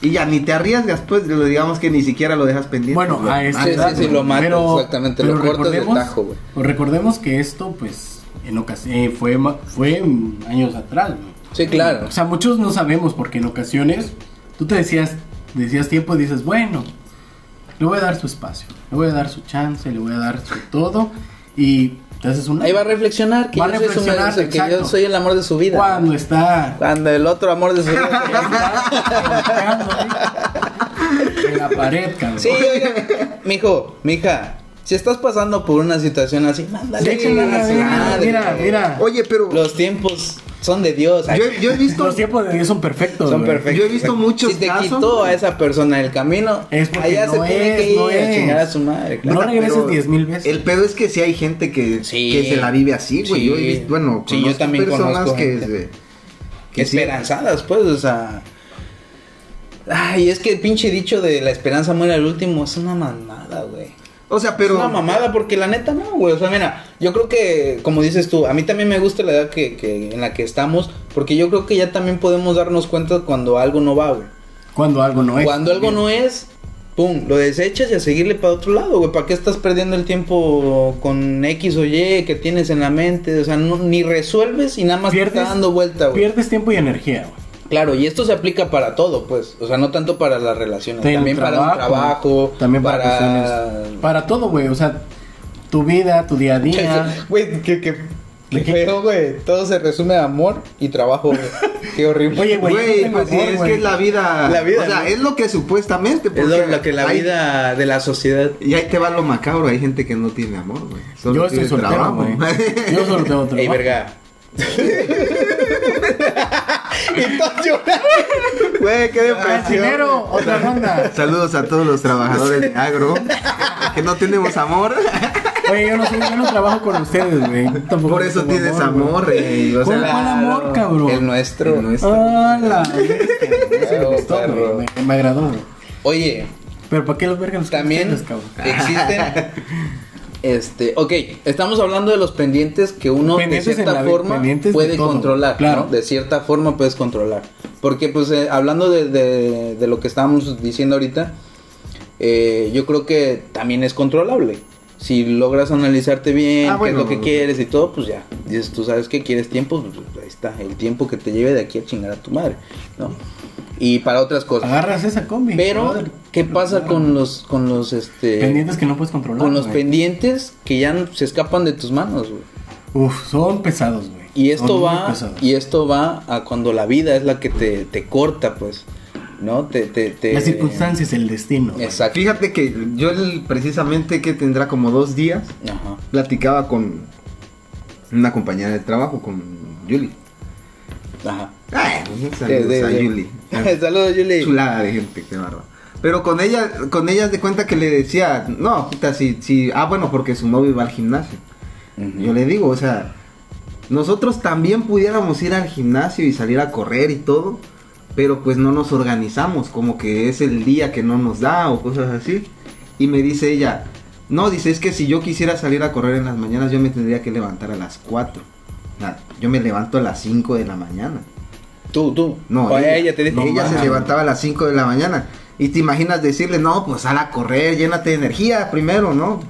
[SPEAKER 2] Y ya ni te arriesgas, pues, lo- digamos que ni siquiera lo dejas pendiente.
[SPEAKER 3] Bueno,
[SPEAKER 2] lo
[SPEAKER 3] a esa
[SPEAKER 1] sí,
[SPEAKER 2] mandas,
[SPEAKER 3] edad,
[SPEAKER 1] sí,
[SPEAKER 2] güey.
[SPEAKER 1] lo matas, exactamente, lo cortas de
[SPEAKER 3] recordemos-
[SPEAKER 1] tajo, güey.
[SPEAKER 3] pero Recordemos que esto, pues, en ocas- eh, fue, ma- fue mm, años atrás, güey.
[SPEAKER 1] Sí, claro.
[SPEAKER 3] O sea, muchos no sabemos porque en ocasiones tú te decías, decías tiempo y dices, bueno, le voy a dar su espacio, le voy a dar su chance, le voy a dar su todo y te haces un...
[SPEAKER 1] Ahí va a reflexionar que,
[SPEAKER 3] Va a
[SPEAKER 1] yo, soy su-
[SPEAKER 3] reflexionar,
[SPEAKER 1] o sea, que
[SPEAKER 3] exacto.
[SPEAKER 1] yo soy el amor de su vida.
[SPEAKER 3] Cuando está...
[SPEAKER 1] Cuando el otro amor de su vida.
[SPEAKER 3] colocando, güey, en la pared, cabrón.
[SPEAKER 1] Sí, oiga, mijo, mija, si estás pasando por una situación así, mándale.
[SPEAKER 3] Sí,
[SPEAKER 1] chingar a su
[SPEAKER 3] mira,
[SPEAKER 1] madre,
[SPEAKER 3] mira,
[SPEAKER 1] güey.
[SPEAKER 3] mira.
[SPEAKER 2] Oye, pero
[SPEAKER 1] Los tiempos son de Dios.
[SPEAKER 2] yo, yo he visto...
[SPEAKER 3] Los tiempos de Dios son perfectos.
[SPEAKER 1] son
[SPEAKER 3] güey.
[SPEAKER 1] perfectos.
[SPEAKER 2] yo he visto muchos
[SPEAKER 1] Si te
[SPEAKER 2] casos-
[SPEAKER 1] quitó a esa persona del camino,
[SPEAKER 3] Es porque
[SPEAKER 1] allá se
[SPEAKER 3] no
[SPEAKER 1] tiene que
[SPEAKER 3] es,
[SPEAKER 1] ir
[SPEAKER 3] no
[SPEAKER 1] a
[SPEAKER 3] es.
[SPEAKER 1] chingar a su madre.
[SPEAKER 3] No
[SPEAKER 1] Claro.
[SPEAKER 2] Puta,
[SPEAKER 3] regreses
[SPEAKER 2] pero
[SPEAKER 3] 10,000 veces.
[SPEAKER 2] El pedo es que sí hay gente que,
[SPEAKER 1] Sí.
[SPEAKER 2] que se la vive así, güey.
[SPEAKER 1] Sí.
[SPEAKER 2] Yo he visto, bueno,
[SPEAKER 1] Sí, yo
[SPEAKER 2] conozco
[SPEAKER 1] también conozco
[SPEAKER 2] que,
[SPEAKER 1] gente.
[SPEAKER 2] que sí.
[SPEAKER 1] esperanzadas, pues, o sea. Ay, es que el pinche dicho de la esperanza muere al último es una mamada, güey.
[SPEAKER 2] O sea,
[SPEAKER 1] Es una
[SPEAKER 2] pero
[SPEAKER 1] mamada porque la neta no, güey. O sea, mira, yo creo que, como dices tú, a mí también me gusta la edad que, que- en la que estamos, porque yo creo que ya también podemos darnos cuenta cuando algo no va, güey.
[SPEAKER 3] Cuando algo no es.
[SPEAKER 1] Cuando algo no es, pum, lo desechas y a seguirle para otro lado, güey. ¿Para qué estás perdiendo el tiempo con X o Y que tienes en la mente? O sea, no- ni resuelves y nada más te está dando vuelta, güey.
[SPEAKER 3] Pierdes tiempo y energía, güey.
[SPEAKER 1] Claro, y esto se aplica para todo, pues. O sea, no tanto para las relaciones,
[SPEAKER 3] Del
[SPEAKER 1] también para un trabajo,
[SPEAKER 3] También para,
[SPEAKER 1] para-
[SPEAKER 3] cuestiones- para todo, güey. O sea, tu vida, tu día a día.
[SPEAKER 1] Güey, que, que,
[SPEAKER 3] ¿De qué?
[SPEAKER 1] feo, güey. Todo se resume a amor y trabajo, güey. Qué horrible.
[SPEAKER 3] Oye, güey, yo no
[SPEAKER 2] güey,
[SPEAKER 3] tengo
[SPEAKER 2] pues sí,
[SPEAKER 3] amor,
[SPEAKER 2] es
[SPEAKER 3] güey.
[SPEAKER 2] que es la vida,
[SPEAKER 1] La vida,
[SPEAKER 2] o sea,
[SPEAKER 1] ¿no?
[SPEAKER 2] es lo que supuestamente
[SPEAKER 1] es
[SPEAKER 2] porque
[SPEAKER 1] lo, lo que la
[SPEAKER 2] hay-
[SPEAKER 1] vida de la sociedad.
[SPEAKER 2] y ahí te va lo macabro, hay gente que no tiene amor, güey. Solo
[SPEAKER 3] Yo estoy
[SPEAKER 2] tiene
[SPEAKER 3] soltero,
[SPEAKER 2] trabajo.
[SPEAKER 3] güey. Yo solo tengo trabajo.
[SPEAKER 1] Ey, verga. y estás llorando.
[SPEAKER 2] Güey, qué
[SPEAKER 3] Ah,
[SPEAKER 2] depresión.
[SPEAKER 3] dinero, otra ronda.
[SPEAKER 2] Saludos a todos los trabajadores de agro que no tenemos amor,
[SPEAKER 3] Oye, yo no, soy- yo no trabajo con ustedes, güey. Tampoco
[SPEAKER 2] por eso
[SPEAKER 3] tengo
[SPEAKER 2] tienes amor, eh,
[SPEAKER 3] güey.
[SPEAKER 2] güey. O
[SPEAKER 3] ¿Cómo Ah,
[SPEAKER 2] sea,
[SPEAKER 3] cuál amor, cabrón?
[SPEAKER 1] El nuestro.
[SPEAKER 2] el nuestro.
[SPEAKER 3] Hola. bestia.
[SPEAKER 1] Claro,
[SPEAKER 3] Me gustó,
[SPEAKER 1] perro.
[SPEAKER 3] güey. Me, me agradó, güey.
[SPEAKER 1] Oye,
[SPEAKER 3] Pero ¿para qué los vergas los
[SPEAKER 1] también
[SPEAKER 3] ustedes, cabrón?
[SPEAKER 1] existen. Este, ok, estamos hablando de los pendientes que uno
[SPEAKER 3] Pendientes
[SPEAKER 1] de
[SPEAKER 3] en
[SPEAKER 1] cierta
[SPEAKER 3] la vida,
[SPEAKER 1] forma
[SPEAKER 3] pendientes de
[SPEAKER 1] puede
[SPEAKER 3] todo,
[SPEAKER 1] controlar,
[SPEAKER 3] claro.
[SPEAKER 1] ¿no? De cierta forma puedes controlar. Porque, pues, eh, hablando de, de- de lo que estábamos diciendo ahorita, eh, yo creo que también es controlable. Si logras analizarte bien,
[SPEAKER 2] Ah, bueno.
[SPEAKER 1] qué es lo que quieres y todo, pues ya. Dices, tú sabes que quieres tiempo, pues ahí está, el tiempo que te lleve de aquí a chingar a tu madre, ¿no? Y para otras cosas.
[SPEAKER 3] Agarras esa combi.
[SPEAKER 1] Pero,
[SPEAKER 3] brother.
[SPEAKER 1] ¿qué pasa con los, con los, este...
[SPEAKER 3] Pendientes que no puedes controlar.
[SPEAKER 1] Con los
[SPEAKER 3] güey.
[SPEAKER 1] pendientes que ya no- se escapan de tus manos, güey.
[SPEAKER 3] Uf, son pesados, güey.
[SPEAKER 1] Y esto
[SPEAKER 3] Son muy
[SPEAKER 1] va
[SPEAKER 3] pesadas.
[SPEAKER 1] y esto va a cuando la vida es la que te, te corta, pues, ¿no? Te, te, te-
[SPEAKER 3] Las circunstancias, el destino. güey.
[SPEAKER 1] Exacto.
[SPEAKER 2] Fíjate que yo el- precisamente que tendrá como dos días
[SPEAKER 1] Ajá.
[SPEAKER 2] platicaba con una compañera de trabajo, con Yuli.
[SPEAKER 1] Ajá.
[SPEAKER 2] Ay, Ah, pues, un saludo
[SPEAKER 1] Eh, de-
[SPEAKER 2] a
[SPEAKER 1] de-
[SPEAKER 2] Yuli.
[SPEAKER 1] Saludos, Yuli.
[SPEAKER 2] Chulada de gente, qué barba. Pero con ella, con ellas de cuenta que le decía, no, puta, si, si, ah, bueno, porque su novio va al gimnasio.
[SPEAKER 1] Ujú.
[SPEAKER 2] Yo le digo, o sea, nosotros también pudiéramos ir al gimnasio y salir a correr y todo, pero pues no nos organizamos, como que es el día que no nos da o cosas así. Y me dice ella, no, dice, es que si yo quisiera salir a correr en las mañanas, yo me tendría que levantar a las 4. Nah, yo me levanto a las 5 de la mañana.
[SPEAKER 1] Tú, tú.
[SPEAKER 2] No,
[SPEAKER 1] O ella, te dijo.
[SPEAKER 2] ella se
[SPEAKER 1] Ajá.
[SPEAKER 2] levantaba a las 5 de la mañana. Y te imaginas decirle, no, pues sal a correr, llénate de energía primero, ¿no?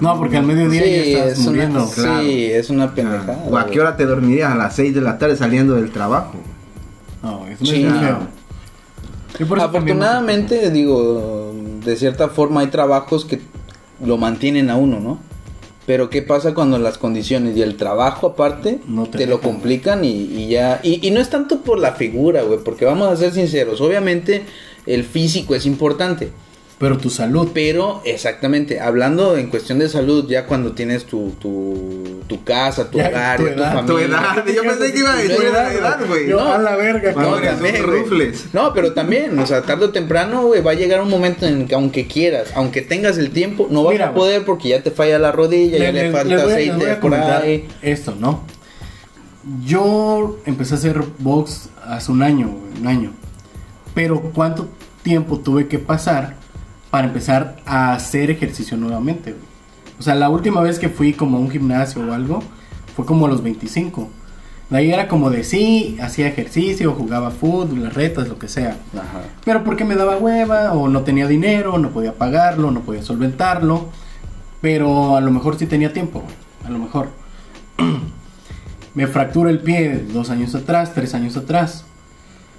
[SPEAKER 3] No, porque al
[SPEAKER 1] Sí,
[SPEAKER 3] mediodía ya estás
[SPEAKER 1] es una,
[SPEAKER 3] muriendo.
[SPEAKER 2] claro.
[SPEAKER 1] sí, es una pendejada.
[SPEAKER 2] Ah, ¿O a qué hora te dormirías? A las 6 de la tarde saliendo del trabajo.
[SPEAKER 3] No, es
[SPEAKER 1] Sí.
[SPEAKER 3] muy feo. Y por eso
[SPEAKER 1] Afortunadamente, digo, de cierta forma hay trabajos que lo mantienen a uno, ¿no? Pero ¿qué pasa cuando las condiciones y el trabajo aparte
[SPEAKER 3] No
[SPEAKER 1] te,
[SPEAKER 3] te
[SPEAKER 1] lo
[SPEAKER 3] dejan.
[SPEAKER 1] complican y, y ya... Y, y no es tanto por la figura, güey, porque vamos a ser sinceros, obviamente el físico es importante,
[SPEAKER 3] también- Pero tu salud.
[SPEAKER 1] pero exactamente, hablando en cuestión de salud, ya cuando tienes tu, tu, tu casa, tu
[SPEAKER 3] Ya,
[SPEAKER 1] hogar,
[SPEAKER 3] tu
[SPEAKER 1] ya tu
[SPEAKER 3] edad,
[SPEAKER 1] familia...
[SPEAKER 2] Tu edad, yo pensé que iba a decir
[SPEAKER 1] Tu edad,
[SPEAKER 2] la edad, güey.
[SPEAKER 3] Yo,
[SPEAKER 1] No.
[SPEAKER 3] a la verga,
[SPEAKER 2] Bueno,
[SPEAKER 3] cabrón.
[SPEAKER 2] eres un
[SPEAKER 1] también, güey.
[SPEAKER 2] rufles.
[SPEAKER 1] No, pero también, o sea, tarde o temprano, güey, va a llegar un momento en que aunque quieras, aunque tengas el tiempo, no vas
[SPEAKER 3] Mira,
[SPEAKER 1] a poder porque ya te falla la rodilla, ya le,
[SPEAKER 3] Les-
[SPEAKER 1] falta
[SPEAKER 3] les voy a- les voy
[SPEAKER 1] aceite
[SPEAKER 3] a
[SPEAKER 1] por
[SPEAKER 3] comentar
[SPEAKER 1] ahí.
[SPEAKER 3] Esto, ¿no? Yo empecé a hacer box hace un año, güey, un año. Pero ¿cuánto tiempo tuve que pasar para empezar a hacer ejercicio nuevamente? güey? O sea, la última vez que fui como a un gimnasio o algo fue como a los 25. De ahí era como de sí, hacía ejercicio, jugaba fútbol, las retas, lo que sea.
[SPEAKER 1] Ajá.
[SPEAKER 3] Pero porque me daba hueva o no tenía dinero, no podía pagarlo, no podía solventarlo. Pero a lo mejor sí tenía tiempo, güey, a lo mejor. me fracturé el pie dos años atrás, tres años atrás.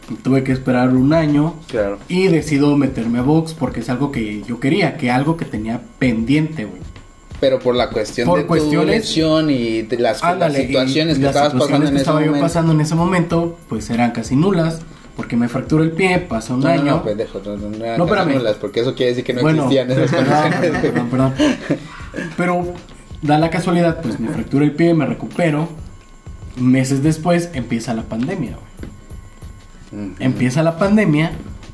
[SPEAKER 3] Y Tuve que esperar un año
[SPEAKER 1] Claro.
[SPEAKER 3] y decido meterme a box porque es algo que yo quería, que algo que tenía pendiente, güey.
[SPEAKER 1] Pero por la cuestión
[SPEAKER 3] Por
[SPEAKER 1] de tu
[SPEAKER 3] cuestiones-
[SPEAKER 1] lesión y de las, las
[SPEAKER 3] Ándale, y
[SPEAKER 1] situaciones que
[SPEAKER 3] las
[SPEAKER 1] estabas pasando
[SPEAKER 3] situaciones
[SPEAKER 1] en
[SPEAKER 3] que
[SPEAKER 1] ese
[SPEAKER 3] estaba yo
[SPEAKER 1] momento.
[SPEAKER 3] pasando en ese momento, pues eran casi nulas, porque me fracturé el pie, pasa un
[SPEAKER 1] No,
[SPEAKER 3] año.
[SPEAKER 1] no, no, pendejo, no, no, no, eran
[SPEAKER 3] No, espérame.
[SPEAKER 1] cacerolas, porque eso quiere decir que no
[SPEAKER 3] Bueno,
[SPEAKER 1] existían esas
[SPEAKER 3] perdón,
[SPEAKER 1] condiciones.
[SPEAKER 3] perdón, perdón, perdón. Pero da la casualidad, pues me fractura el pie, me recupero. Meses después empieza la pandemia. güey.
[SPEAKER 1] Ujú.
[SPEAKER 3] Empieza la pandemia,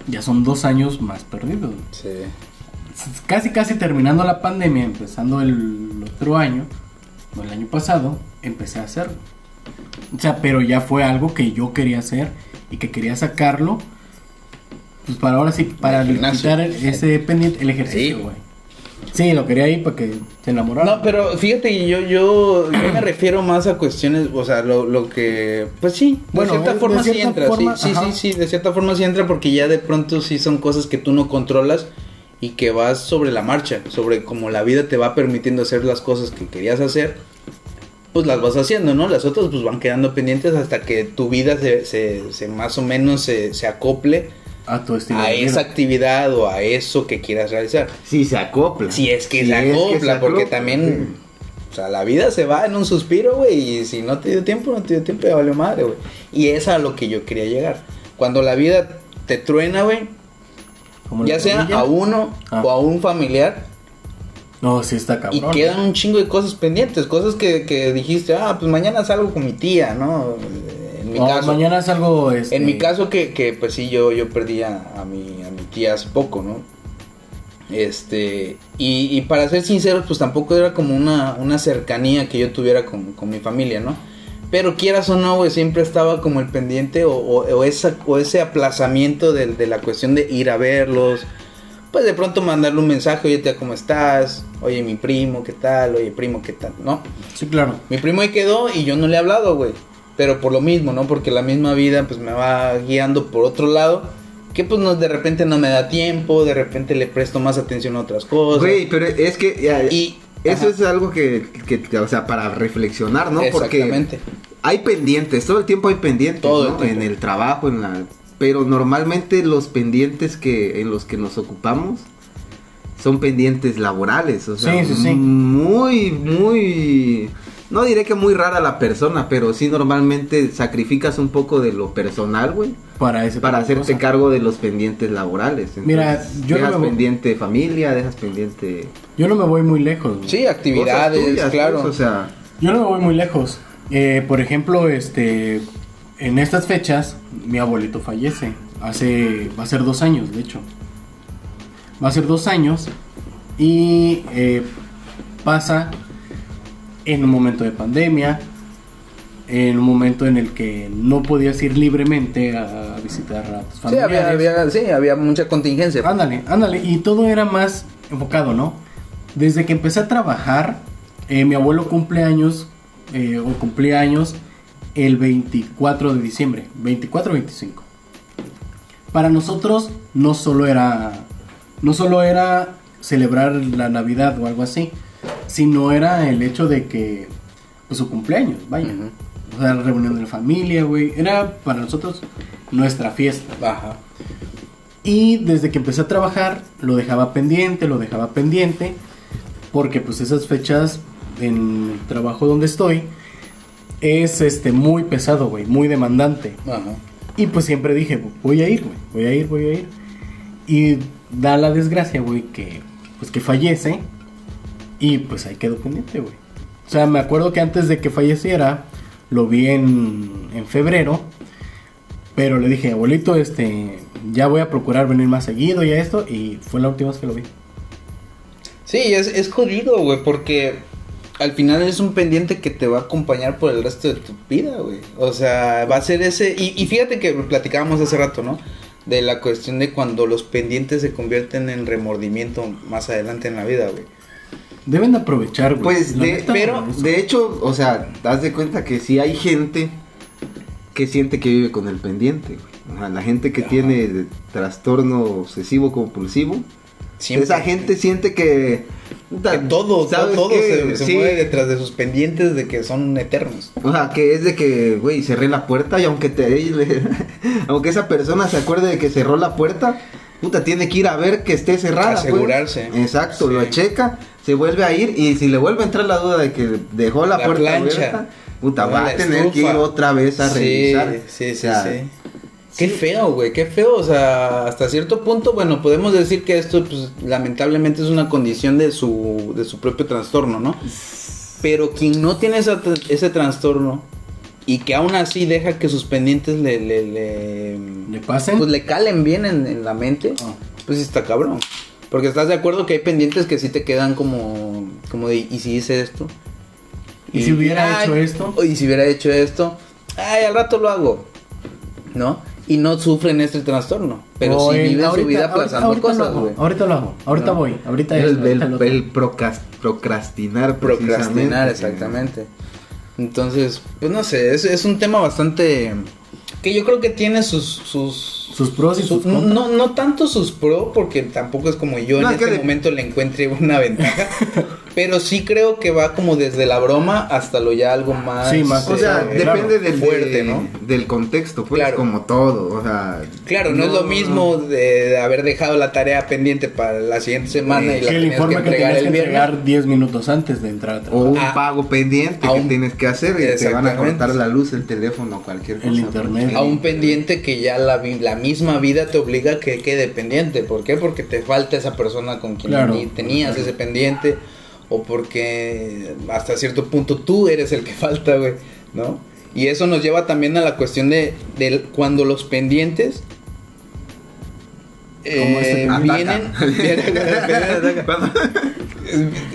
[SPEAKER 3] ya son dos años más perdidos.
[SPEAKER 1] Sí.
[SPEAKER 3] S- Casi, casi terminando la pandemia, empezando el otro año, o el año pasado, empecé a hacerlo. O sea, pero ya fue algo que yo quería hacer y que quería sacarlo. Pues para ahora sí, para
[SPEAKER 1] Del gimnasio.
[SPEAKER 3] quitar el- ese pendiente, el ejercicio,
[SPEAKER 1] Sí.
[SPEAKER 3] güey. Sí, lo quería ahí para que se enamorara.
[SPEAKER 1] No, pero fíjate, que yo, yo, yo me refiero más a cuestiones, o sea, lo, lo que, pues sí, de
[SPEAKER 3] Bueno,
[SPEAKER 1] cierta
[SPEAKER 3] es- de
[SPEAKER 1] forma sí
[SPEAKER 3] cierta
[SPEAKER 1] entra,
[SPEAKER 3] forma,
[SPEAKER 1] sí, sí,
[SPEAKER 3] ajá.
[SPEAKER 1] sí, sí, de cierta forma sí entra porque ya de pronto sí son cosas que tú no controlas y que vas sobre la marcha, sobre cómo la vida te va permitiendo hacer las cosas que querías hacer, pues las vas haciendo, ¿no? Las otras pues van quedando pendientes hasta que tu vida se, se, se más o menos se, se acople
[SPEAKER 3] a tu estilo.
[SPEAKER 1] a
[SPEAKER 3] de vida.
[SPEAKER 1] esa actividad o a eso que quieras realizar.
[SPEAKER 2] Si se acopla.
[SPEAKER 1] Si es que
[SPEAKER 2] Si
[SPEAKER 1] se
[SPEAKER 2] es que
[SPEAKER 1] acopla,
[SPEAKER 2] se
[SPEAKER 1] porque
[SPEAKER 2] acopla,
[SPEAKER 1] también. O sea, la vida se va en un suspiro, güey. Y si no te dio tiempo, no te dio tiempo, ya valió madre, güey. Y es a lo que yo quería llegar. Cuando la vida te truena, güey,
[SPEAKER 3] Como la
[SPEAKER 1] ya sea
[SPEAKER 3] rodilla.
[SPEAKER 1] a uno
[SPEAKER 3] Ah.
[SPEAKER 1] o a un familiar,
[SPEAKER 3] No, sí está
[SPEAKER 1] y
[SPEAKER 3] cabrón.
[SPEAKER 1] quedan un chingo de cosas pendientes. Cosas que, que dijiste, ah, pues mañana salgo con mi tía, ¿no? En mi
[SPEAKER 3] O
[SPEAKER 1] caso.
[SPEAKER 3] mañana es algo. Este,
[SPEAKER 1] En mi caso, que, que, pues sí, yo, yo perdí a, a mi, a mi tía hace poco, ¿no? Este, y, y para ser sinceros, pues tampoco era como una, una cercanía que yo tuviera con, con mi familia, ¿no? Pero quieras o no, güey, siempre estaba como el pendiente o, o- o esa, o ese aplazamiento de, de la cuestión de ir a verlos. Pues de pronto mandarle un mensaje, oye, tía, ¿cómo estás? Oye, mi primo, ¿qué tal? Oye, primo, ¿qué tal? ¿No?
[SPEAKER 3] Sí, claro.
[SPEAKER 1] Mi primo ahí quedó y yo no le he hablado, güey. Pero por lo mismo, ¿no? Porque la misma vida pues me va guiando por otro lado. Que pues no, de repente no me da tiempo, de repente le presto más atención a otras cosas.
[SPEAKER 2] Güey, pero es que. ya,
[SPEAKER 1] Y-
[SPEAKER 2] eso
[SPEAKER 1] ajá.
[SPEAKER 2] es algo que, que- que, O sea, para reflexionar, ¿no? Porque.
[SPEAKER 1] Exactamente.
[SPEAKER 2] Hay pendientes, todo el tiempo hay pendientes,
[SPEAKER 1] Todo el
[SPEAKER 2] ¿no?
[SPEAKER 1] tiempo.
[SPEAKER 2] En el trabajo, en la... Pero normalmente los pendientes que en los que nos ocupamos son pendientes laborales, o sea,
[SPEAKER 3] Sí, sí, sí.
[SPEAKER 2] muy, muy no diré que muy rara la persona, pero sí normalmente sacrificas un poco de lo personal, güey,
[SPEAKER 3] Para ese
[SPEAKER 2] para
[SPEAKER 3] tipo de
[SPEAKER 2] hacerte
[SPEAKER 3] cosa.
[SPEAKER 2] cargo de los pendientes laborales.
[SPEAKER 3] Mira, yo
[SPEAKER 2] dejas
[SPEAKER 3] no me-
[SPEAKER 2] pendiente familia, dejas pendiente
[SPEAKER 3] Yo no me voy muy lejos. güey.
[SPEAKER 1] Sí, actividades,
[SPEAKER 2] cosas tuyas,
[SPEAKER 1] claro.
[SPEAKER 2] pues, o sea,
[SPEAKER 3] Yo no me voy muy lejos. Eh, por ejemplo, este, en estas fechas, mi abuelito fallece. Hace, va a ser dos años, de hecho. Va a ser dos años y eh, pasa en un momento de pandemia, en un momento en el que no podías ir libremente a, a visitar a tus
[SPEAKER 1] Sí
[SPEAKER 3] familiares.
[SPEAKER 1] había, había- sí, había mucha contingencia.
[SPEAKER 3] Ándale, ándale. Y todo era más enfocado, ¿no? Desde que empecé a trabajar, eh, mi abuelo cumple años, eh, o cumplía años el 24 de diciembre, 24-25. Para nosotros no solo era, no solo era celebrar la Navidad o algo así, sino era el hecho de que, pues su cumpleaños,
[SPEAKER 2] Ah,
[SPEAKER 3] vaya.
[SPEAKER 1] Ujú.
[SPEAKER 3] O sea, reunión de la familia, güey. Era para nosotros nuestra fiesta.
[SPEAKER 1] Ajá.
[SPEAKER 3] Y desde que empecé a trabajar, lo dejaba pendiente, lo dejaba pendiente, porque pues esas fechas en el trabajo donde estoy es este muy pesado, güey, muy demandante.
[SPEAKER 1] Ajá.
[SPEAKER 3] Y pues siempre dije, voy a ir, güey, voy a ir, voy a ir. Y da la desgracia, güey, que pues que fallece y pues ahí quedó pendiente, güey. O sea, me acuerdo que antes de que falleciera lo vi en, en febrero, pero le dije, abuelito, este, ya voy a procurar venir más seguido y a esto, y fue la última vez que lo vi.
[SPEAKER 1] Sí, es, es jodido, güey, porque al final es un pendiente que te va a acompañar por el resto de tu vida, güey. O sea, va a ser ese... Y, y fíjate que platicábamos hace rato, ¿no? De la cuestión de cuando los pendientes se convierten en remordimiento más adelante en la vida, güey.
[SPEAKER 3] Deben de aprovechar, güey.
[SPEAKER 2] Pues,
[SPEAKER 3] La
[SPEAKER 2] de,
[SPEAKER 3] neta,
[SPEAKER 2] pero,
[SPEAKER 3] eso.
[SPEAKER 2] de hecho, o sea, das de cuenta que si hay gente que siente que vive con el pendiente, güey. O sea, la gente que
[SPEAKER 1] Ajá.
[SPEAKER 2] tiene de- trastorno obsesivo compulsivo, esa gente siente que...
[SPEAKER 1] Que todo, todo,
[SPEAKER 2] ¿sabes
[SPEAKER 1] todo
[SPEAKER 2] qué?
[SPEAKER 1] se, se
[SPEAKER 2] Sí,
[SPEAKER 1] mueve detrás de sus pendientes de que son eternos.
[SPEAKER 2] O sea, que es de que, güey, cerré la puerta y aunque te... aunque esa persona se acuerde de que cerró la puerta, puta, tiene que ir a ver que esté cerrada. pues.
[SPEAKER 1] Asegurarse.
[SPEAKER 2] Exacto,
[SPEAKER 1] Sí.
[SPEAKER 2] lo checa, se vuelve a ir y si le vuelve a entrar la duda de que dejó la,
[SPEAKER 1] La
[SPEAKER 2] puerta
[SPEAKER 1] plancha.
[SPEAKER 2] abierta, puta,
[SPEAKER 1] No,
[SPEAKER 2] va
[SPEAKER 1] la
[SPEAKER 2] a tener que ir
[SPEAKER 1] estufa.
[SPEAKER 2] otra vez a revisar.
[SPEAKER 1] Sí, sí, sí,
[SPEAKER 2] O sea,
[SPEAKER 1] sí. Qué feo, güey, qué feo. O sea, hasta cierto punto, bueno, podemos decir que esto, pues, lamentablemente es una condición de su, de su propio trastorno, ¿no? Pero quien no tiene esa tr- ese trastorno y que aún así deja que sus pendientes le, le, le-
[SPEAKER 3] ¿Le pasen?
[SPEAKER 1] pues, le calen bien en, en la mente,
[SPEAKER 3] Ah.
[SPEAKER 1] pues está cabrón. Porque estás de acuerdo que hay pendientes que sí te quedan como, como de, ¿y si hice esto?
[SPEAKER 3] ¿Y si hubiera hecho esto?
[SPEAKER 1] Y si hubiera hecho esto, ay, al rato lo hago, ¿no? Y no sufren este trastorno, pero
[SPEAKER 3] O
[SPEAKER 1] sí
[SPEAKER 3] en-
[SPEAKER 1] viven
[SPEAKER 3] ahorita-
[SPEAKER 1] su vida
[SPEAKER 3] ahorita-
[SPEAKER 1] aplazando
[SPEAKER 3] ahorita
[SPEAKER 1] cosas,
[SPEAKER 3] lo hago,
[SPEAKER 1] güey.
[SPEAKER 3] Ahorita lo hago, ahorita
[SPEAKER 1] No.
[SPEAKER 3] voy, ahorita
[SPEAKER 2] el,
[SPEAKER 3] esto,
[SPEAKER 2] el-
[SPEAKER 3] ahorita lo otro.
[SPEAKER 2] el procras- procrastinar
[SPEAKER 1] Procrastinar,
[SPEAKER 2] precisamente.
[SPEAKER 1] exactamente. Entonces, pues no sé, es, es un tema bastante... Que yo creo que tiene sus... sus
[SPEAKER 3] Sus pros y sus
[SPEAKER 1] no,
[SPEAKER 3] contras.
[SPEAKER 1] no, no tanto sus pro, porque tampoco es como yo
[SPEAKER 2] No,
[SPEAKER 1] en
[SPEAKER 2] es que
[SPEAKER 1] este
[SPEAKER 2] de-
[SPEAKER 1] momento le encuentre una ventaja. pero sí creo que va como desde la broma hasta lo ya algo más.
[SPEAKER 3] Sí, más-
[SPEAKER 2] O sea,
[SPEAKER 1] eh,
[SPEAKER 3] claro,
[SPEAKER 2] depende del,
[SPEAKER 1] fuerte,
[SPEAKER 2] de-
[SPEAKER 1] ¿no?
[SPEAKER 2] del contexto, pues,
[SPEAKER 1] Claro.
[SPEAKER 2] como todo, o sea...
[SPEAKER 1] Claro, no, es lo mismo de haber dejado la tarea pendiente para la siguiente semana y la
[SPEAKER 3] Que
[SPEAKER 1] tenías
[SPEAKER 3] el
[SPEAKER 1] que
[SPEAKER 3] informe que
[SPEAKER 1] entregar
[SPEAKER 3] tenías
[SPEAKER 1] el
[SPEAKER 3] que
[SPEAKER 1] viernes.
[SPEAKER 3] entregar 10 minutos antes de entrar a
[SPEAKER 2] O
[SPEAKER 3] trabajar.
[SPEAKER 2] un
[SPEAKER 1] Ah,
[SPEAKER 2] pago pendiente
[SPEAKER 1] a
[SPEAKER 2] que
[SPEAKER 1] un-
[SPEAKER 2] tienes que hacer y te van a
[SPEAKER 1] Exactamente.
[SPEAKER 2] cortar la luz, el teléfono, cualquier
[SPEAKER 3] El
[SPEAKER 2] cosa. pues.
[SPEAKER 3] internet.
[SPEAKER 1] A un pendiente que ya la, vi- la misma vida te obliga a que quede pendiente. ¿Por qué? Porque te falta esa persona con quien
[SPEAKER 3] Claro.
[SPEAKER 1] ni tenías ese pendiente. O porque hasta cierto punto tú eres el que falta, güey. ¿No? Y eso nos lleva también a la cuestión de, del- cuando los pendientes
[SPEAKER 3] Como este
[SPEAKER 1] eh,
[SPEAKER 3] que
[SPEAKER 1] vienen, vienen-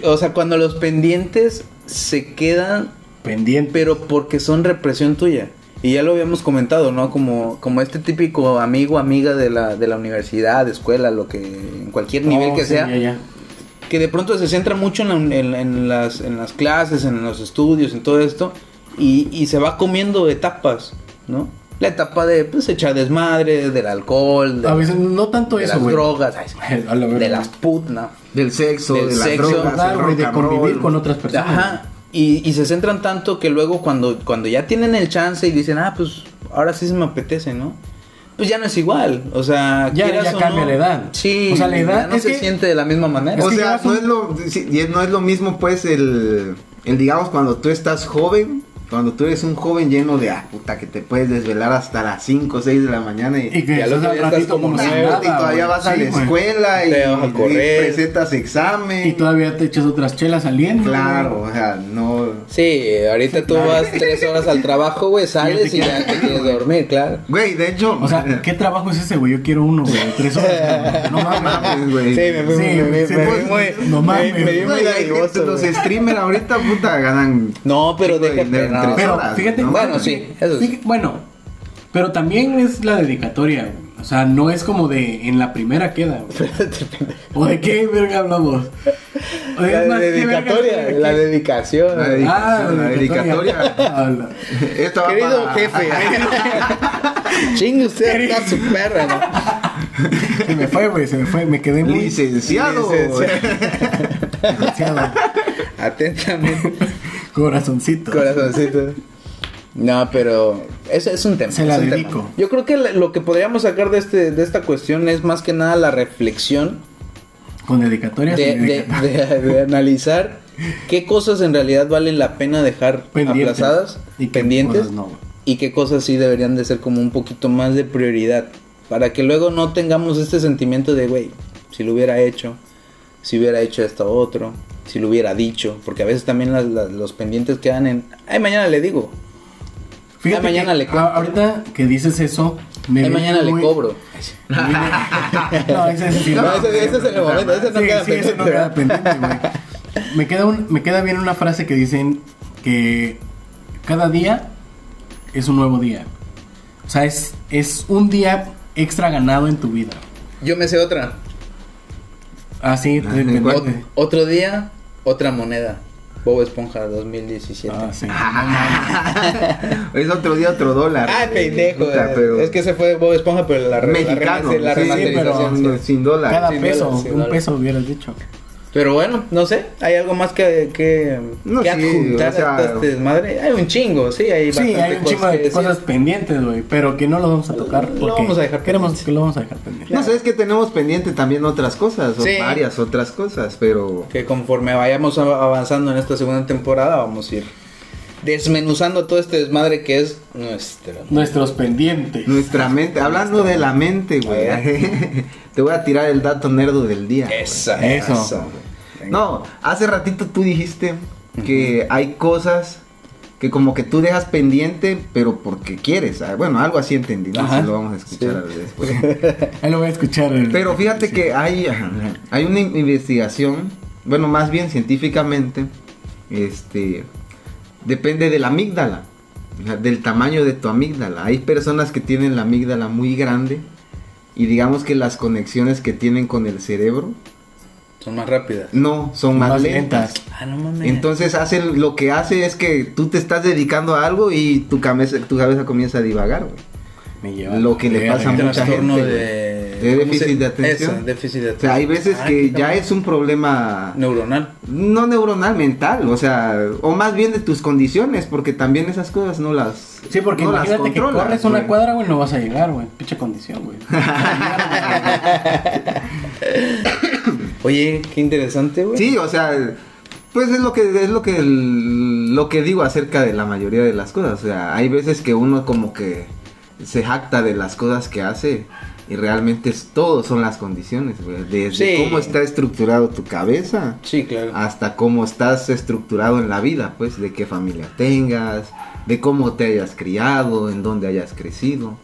[SPEAKER 1] o sea, cuando los pendientes se quedan
[SPEAKER 3] Pendiente.
[SPEAKER 1] pero porque son represión tuya. Y ya lo habíamos comentado, ¿no? Como, como este típico amigo, amiga de la, de la universidad, de escuela, lo que, en cualquier nivel
[SPEAKER 3] Oh,
[SPEAKER 1] que
[SPEAKER 3] sí,
[SPEAKER 1] sea,
[SPEAKER 3] ya, ya.
[SPEAKER 1] que de pronto se centra mucho en, la un- en- en las, en las clases, en los estudios, en todo esto, y, y se va comiendo etapas, ¿no? La etapa de, pues, echar desmadre, del alcohol, de,
[SPEAKER 3] A veces no tanto
[SPEAKER 1] de
[SPEAKER 3] eso,
[SPEAKER 1] las
[SPEAKER 3] güey.
[SPEAKER 1] drogas, ay,
[SPEAKER 3] A la verga.
[SPEAKER 1] de las putnas.
[SPEAKER 2] Del sexo,
[SPEAKER 1] Del
[SPEAKER 2] de las
[SPEAKER 1] sexo,
[SPEAKER 2] drogas,
[SPEAKER 3] Claro,
[SPEAKER 2] del
[SPEAKER 3] güey, de
[SPEAKER 2] rock and
[SPEAKER 3] convivir
[SPEAKER 2] roll.
[SPEAKER 3] con otras personas.
[SPEAKER 1] Ajá. Y, y se centran tanto que luego cuando, cuando ya tienen el chance y dicen, ah, pues ahora sí se me apetece, ¿no? Pues ya no es igual. O sea,
[SPEAKER 3] Ya-
[SPEAKER 1] quieras
[SPEAKER 3] ya
[SPEAKER 1] o
[SPEAKER 3] cambia
[SPEAKER 1] no,
[SPEAKER 3] la edad.
[SPEAKER 1] Sí.
[SPEAKER 3] O sea, la edad
[SPEAKER 1] ya no
[SPEAKER 3] es
[SPEAKER 1] se
[SPEAKER 3] que-
[SPEAKER 1] siente de la misma manera.
[SPEAKER 3] Es
[SPEAKER 2] O
[SPEAKER 3] que
[SPEAKER 2] sea,
[SPEAKER 3] llevas
[SPEAKER 2] no
[SPEAKER 3] un-
[SPEAKER 2] es, lo, sí, y no es lo mismo, pues, el, el, digamos, cuando tú estás joven, cuando tú eres un joven lleno de, ah, puta, que te puedes desvelar hasta las 5 o 6 de la mañana y,
[SPEAKER 3] Y que
[SPEAKER 1] Y al
[SPEAKER 3] estás
[SPEAKER 1] otro
[SPEAKER 3] al
[SPEAKER 1] día estás
[SPEAKER 3] ratito
[SPEAKER 1] como
[SPEAKER 3] como si
[SPEAKER 1] nuevo,
[SPEAKER 3] nada,
[SPEAKER 2] y todavía
[SPEAKER 3] güey.
[SPEAKER 2] vas a
[SPEAKER 3] Sí,
[SPEAKER 2] la
[SPEAKER 3] güey.
[SPEAKER 2] escuela y,
[SPEAKER 1] Te vas a
[SPEAKER 2] y
[SPEAKER 1] correr.
[SPEAKER 2] presentas examen.
[SPEAKER 3] Y todavía te echas otras chelas saliendo.
[SPEAKER 2] Claro, o sea, no...
[SPEAKER 1] Sí, ahorita tú vas tres horas al trabajo, güey, sales y ya te quieres dormir, claro.
[SPEAKER 2] Güey, de hecho...
[SPEAKER 3] O sea, ¿qué trabajo es ese, güey? Yo quiero uno, güey. de Tres horas. cabrón. No mames.
[SPEAKER 2] mames, güey.
[SPEAKER 1] Sí, me fui
[SPEAKER 3] Sí,
[SPEAKER 1] me- me-
[SPEAKER 3] sí,
[SPEAKER 1] me-
[SPEAKER 3] pues,
[SPEAKER 1] muy-
[SPEAKER 3] no
[SPEAKER 1] me-
[SPEAKER 3] mames.
[SPEAKER 1] me di
[SPEAKER 2] Güey,
[SPEAKER 1] muy
[SPEAKER 2] la gente,
[SPEAKER 1] nervioso,
[SPEAKER 2] los
[SPEAKER 1] güey.
[SPEAKER 2] streamers ahorita, puta, ganan...
[SPEAKER 1] No, pero
[SPEAKER 2] chico de
[SPEAKER 1] deja
[SPEAKER 2] dinero en
[SPEAKER 1] no.
[SPEAKER 2] tres
[SPEAKER 3] Pero
[SPEAKER 2] horas,
[SPEAKER 3] fíjate,
[SPEAKER 2] ¿no?
[SPEAKER 1] Bueno, sí, eso sí.
[SPEAKER 3] Fíjate- Bueno, pero también es la dedicatoria, güey. O sea, no es como de en la primera queda, güey. ¿O de qué verga hablamos? O
[SPEAKER 1] La
[SPEAKER 3] es más, ¿qué verga
[SPEAKER 1] dedicatoria,
[SPEAKER 3] hablamos?
[SPEAKER 1] la
[SPEAKER 3] ¿Qué?
[SPEAKER 1] dedicación.
[SPEAKER 2] La de-
[SPEAKER 3] Ah, la
[SPEAKER 2] La dedicatoria.
[SPEAKER 3] dedicatoria. Ah, la-
[SPEAKER 2] Esto va
[SPEAKER 1] Querido
[SPEAKER 2] para-
[SPEAKER 1] jefe, chingue usted acá su perra, ¿no?
[SPEAKER 3] Se me fue, güey, se me fue, me quedé muy
[SPEAKER 2] Licenciado.
[SPEAKER 1] Licenciado.
[SPEAKER 3] distanciado.
[SPEAKER 1] Atentamente,
[SPEAKER 3] Corazoncito.
[SPEAKER 1] corazoncito. No, pero eso es un tema.
[SPEAKER 3] Se la
[SPEAKER 1] es un tema.
[SPEAKER 3] dedico.
[SPEAKER 1] Yo creo que la- lo que podríamos sacar de este de esta cuestión es más que nada la reflexión
[SPEAKER 3] Con dedicatoria.
[SPEAKER 1] de,
[SPEAKER 3] se me
[SPEAKER 1] de-
[SPEAKER 3] dedica-
[SPEAKER 1] de- de analizar qué cosas en realidad valen la pena dejar
[SPEAKER 3] Pendientes.
[SPEAKER 1] aplazadas
[SPEAKER 3] Y
[SPEAKER 1] y
[SPEAKER 3] qué
[SPEAKER 1] pendientes
[SPEAKER 3] cosas no, güey.
[SPEAKER 1] y qué cosas sí deberían de ser como un poquito más de prioridad para que luego no tengamos este sentimiento de güey si lo hubiera hecho si hubiera hecho esto otro si lo hubiera dicho porque a veces también las- las- los pendientes quedan en ay mañana le digo
[SPEAKER 3] Fíjate
[SPEAKER 1] Ah, mañana
[SPEAKER 3] que
[SPEAKER 1] le cobro.
[SPEAKER 3] a- Ahorita que dices eso, me
[SPEAKER 1] ay
[SPEAKER 3] viene
[SPEAKER 1] mañana
[SPEAKER 3] muy-
[SPEAKER 1] le cobro
[SPEAKER 3] me viene- no, ese, ese sí.
[SPEAKER 1] no, ese, ese es el momento ese no
[SPEAKER 3] Sí,
[SPEAKER 1] queda
[SPEAKER 3] sí, ese
[SPEAKER 1] pendiente,
[SPEAKER 3] no queda
[SPEAKER 1] ¿verdad?
[SPEAKER 3] pendiente, güey. Me queda, un- me queda bien una frase que dicen que cada día es un nuevo día. O sea, es, es un día extra ganado en tu vida. Ah,
[SPEAKER 1] yo me sé otra
[SPEAKER 3] Así, te- te-
[SPEAKER 2] ¿Cuál?
[SPEAKER 1] Ot- otro día otra moneda Bob Esponja 2017
[SPEAKER 3] Ah, sí.
[SPEAKER 2] Es otro día otro dólar.
[SPEAKER 1] Ah, pendejo.
[SPEAKER 2] Puta,
[SPEAKER 1] eh.
[SPEAKER 2] pero
[SPEAKER 1] es que se fue Bob Esponja, pero la, re- la
[SPEAKER 2] mexicano.
[SPEAKER 1] remaster- la
[SPEAKER 2] sí,
[SPEAKER 1] remasterización.
[SPEAKER 2] pero
[SPEAKER 1] sí.
[SPEAKER 2] sin dólar.
[SPEAKER 3] Cada
[SPEAKER 1] Sí,
[SPEAKER 3] peso,
[SPEAKER 1] dólares, sí,
[SPEAKER 3] un
[SPEAKER 1] dólares.
[SPEAKER 3] peso hubieras dicho.
[SPEAKER 1] Pero bueno, no sé, hay algo más que, que,
[SPEAKER 2] No,
[SPEAKER 1] que
[SPEAKER 2] sí,
[SPEAKER 1] adjuntar
[SPEAKER 2] o sea-
[SPEAKER 1] a todo este desmadre. Hay un chingo, sí, hay
[SPEAKER 3] Sí,
[SPEAKER 1] bastante
[SPEAKER 3] hay un chingo
[SPEAKER 1] cosas que
[SPEAKER 3] de
[SPEAKER 1] decir.
[SPEAKER 3] cosas pendientes, güey, pero que no los vamos a tocar
[SPEAKER 1] Lo
[SPEAKER 3] porque
[SPEAKER 1] vamos a dejar
[SPEAKER 3] queremos
[SPEAKER 1] pendiente.
[SPEAKER 3] que lo vamos a dejar pendiente.
[SPEAKER 2] No sé, es que tenemos pendiente también otras cosas, o
[SPEAKER 1] Sí.
[SPEAKER 2] varias otras cosas, pero
[SPEAKER 1] que conforme vayamos av- avanzando en esta segunda temporada vamos a ir desmenuzando todo este desmadre que es nuestro.
[SPEAKER 3] Nuestros pendientes.
[SPEAKER 2] nuestra mente, hablando de la mente, güey,
[SPEAKER 1] A
[SPEAKER 2] te voy a tirar el dato nerdo del día. güey.
[SPEAKER 1] Esa,
[SPEAKER 3] Eso.
[SPEAKER 1] esa.
[SPEAKER 2] No, hace ratito tú dijiste que hay cosas que como que tú dejas pendiente, pero porque quieres, ah, bueno, algo así entendí, no
[SPEAKER 1] Ajá.
[SPEAKER 2] sé, lo vamos a escuchar después.
[SPEAKER 3] Ahí lo voy a escuchar. el-
[SPEAKER 2] Pero fíjate que hay, hay una in- investigación, bueno, más bien científicamente, este, depende de la amígdala, o sea, del tamaño de tu amígdala. Hay personas que tienen la amígdala muy grande y digamos que las conexiones que tienen con el cerebro
[SPEAKER 1] Son más rápidas.
[SPEAKER 2] no son más, lentas.
[SPEAKER 1] Ah, no mames.
[SPEAKER 2] Entonces hacen, lo que hace es que tú te estás dedicando a algo y tu cabeza, tu cabeza comienza a divagar, güey.
[SPEAKER 3] Me lleva
[SPEAKER 2] lo que le
[SPEAKER 3] verga.
[SPEAKER 2] pasa a mucha
[SPEAKER 1] trastorno
[SPEAKER 2] gente,
[SPEAKER 1] de,
[SPEAKER 2] güey. De
[SPEAKER 1] ¿cómo
[SPEAKER 2] déficit de atención.
[SPEAKER 1] Eso, déficit de
[SPEAKER 2] O sea, hay veces
[SPEAKER 1] Ah,
[SPEAKER 2] que
[SPEAKER 1] qué
[SPEAKER 2] ya
[SPEAKER 1] cabrón.
[SPEAKER 2] es un problema
[SPEAKER 1] neuronal.
[SPEAKER 2] no neuronal, mental, o sea, o más bien de tus condiciones, porque también esas cosas no las
[SPEAKER 3] Sí, porque
[SPEAKER 2] no las
[SPEAKER 3] imagínate que
[SPEAKER 2] controlas,
[SPEAKER 3] corres una
[SPEAKER 2] güey.
[SPEAKER 3] cuadra, güey, no vas a llegar, güey. Pinche condición, güey.
[SPEAKER 1] Oye, qué interesante, güey.
[SPEAKER 2] Sí, o sea, pues es lo que es lo que el- lo que digo acerca de la mayoría de las cosas, o sea, hay veces que uno como que se jacta de las cosas que hace y realmente es, todo son las condiciones, güey, desde
[SPEAKER 1] Sí.
[SPEAKER 2] cómo está estructurado tu cabeza.
[SPEAKER 1] Sí, claro.
[SPEAKER 2] hasta cómo estás estructurado en la vida, pues, de qué familia tengas, de cómo te hayas criado, en dónde hayas crecido.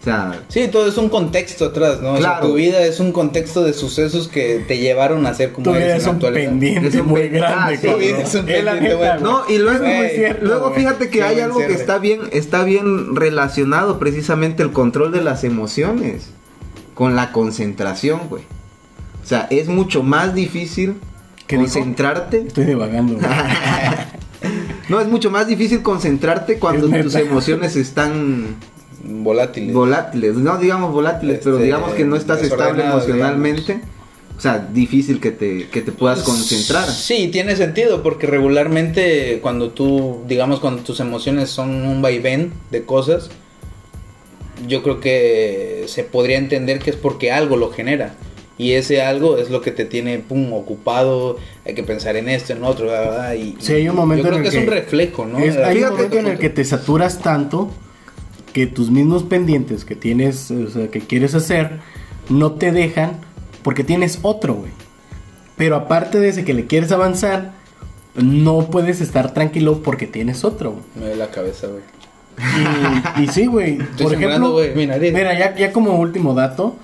[SPEAKER 2] O sea,
[SPEAKER 1] Sí, todo es un contexto atrás, ¿no? O sea,
[SPEAKER 2] Claro.
[SPEAKER 1] tu vida es un contexto de sucesos que te llevaron a ser como
[SPEAKER 3] Tú
[SPEAKER 1] eres en
[SPEAKER 3] eres
[SPEAKER 1] la
[SPEAKER 3] un
[SPEAKER 1] actualidad.
[SPEAKER 3] pendiente
[SPEAKER 2] Es un
[SPEAKER 3] muy
[SPEAKER 2] pen-
[SPEAKER 3] grande,
[SPEAKER 2] Ah, sí,
[SPEAKER 3] cabrón.
[SPEAKER 1] es un
[SPEAKER 3] Es la
[SPEAKER 1] pendiente,
[SPEAKER 3] neta,
[SPEAKER 1] güey.
[SPEAKER 2] no, y luego,
[SPEAKER 1] Güey,
[SPEAKER 3] cierto,
[SPEAKER 2] luego
[SPEAKER 1] güey.
[SPEAKER 2] fíjate que
[SPEAKER 1] Qué
[SPEAKER 2] hay
[SPEAKER 1] buen
[SPEAKER 2] algo que
[SPEAKER 1] cierre.
[SPEAKER 2] está bien, está bien relacionado precisamente el control de las emociones con la concentración, güey. O sea, es mucho más difícil
[SPEAKER 3] ¿Qué dijo?
[SPEAKER 2] concentrarte.
[SPEAKER 3] Estoy divagando, güey.
[SPEAKER 2] Ah, No, es mucho más difícil concentrarte cuando
[SPEAKER 3] neta.
[SPEAKER 2] tus emociones están
[SPEAKER 1] Volátiles.
[SPEAKER 2] volátiles, no digamos volátiles, pero
[SPEAKER 1] Este,
[SPEAKER 2] digamos que no estás estable
[SPEAKER 1] desordenados,
[SPEAKER 2] emocionalmente, o sea, difícil que te, que te puedas concentrar.
[SPEAKER 1] Pues, Sí, tiene sentido, porque regularmente cuando tú, digamos, cuando tus emociones son un vaivén de cosas, yo creo que se podría entender que es porque algo lo genera. Y ese algo es lo que te tiene, pum, ocupado, hay que pensar en esto, en otro, bla, bla, bla, y
[SPEAKER 3] Sí, hay un momento
[SPEAKER 1] yo creo
[SPEAKER 3] en
[SPEAKER 1] que
[SPEAKER 3] el
[SPEAKER 1] es un
[SPEAKER 3] que-
[SPEAKER 1] reflejo, ¿no?
[SPEAKER 3] Es- hay un
[SPEAKER 2] Fíjate
[SPEAKER 3] momento
[SPEAKER 2] que-
[SPEAKER 3] en el que te saturas tanto que tus mismos pendientes que tienes, o sea, que quieres hacer, no te dejan porque tienes otro, güey. Pero aparte de ese que le quieres avanzar, no puedes estar tranquilo porque tienes otro, güey.
[SPEAKER 1] Me duele la cabeza, güey.
[SPEAKER 3] Y, y sí, güey. Por
[SPEAKER 1] sangrando,
[SPEAKER 3] ejemplo,
[SPEAKER 1] güey, mi nariz.
[SPEAKER 3] mira, ya, ya como último dato.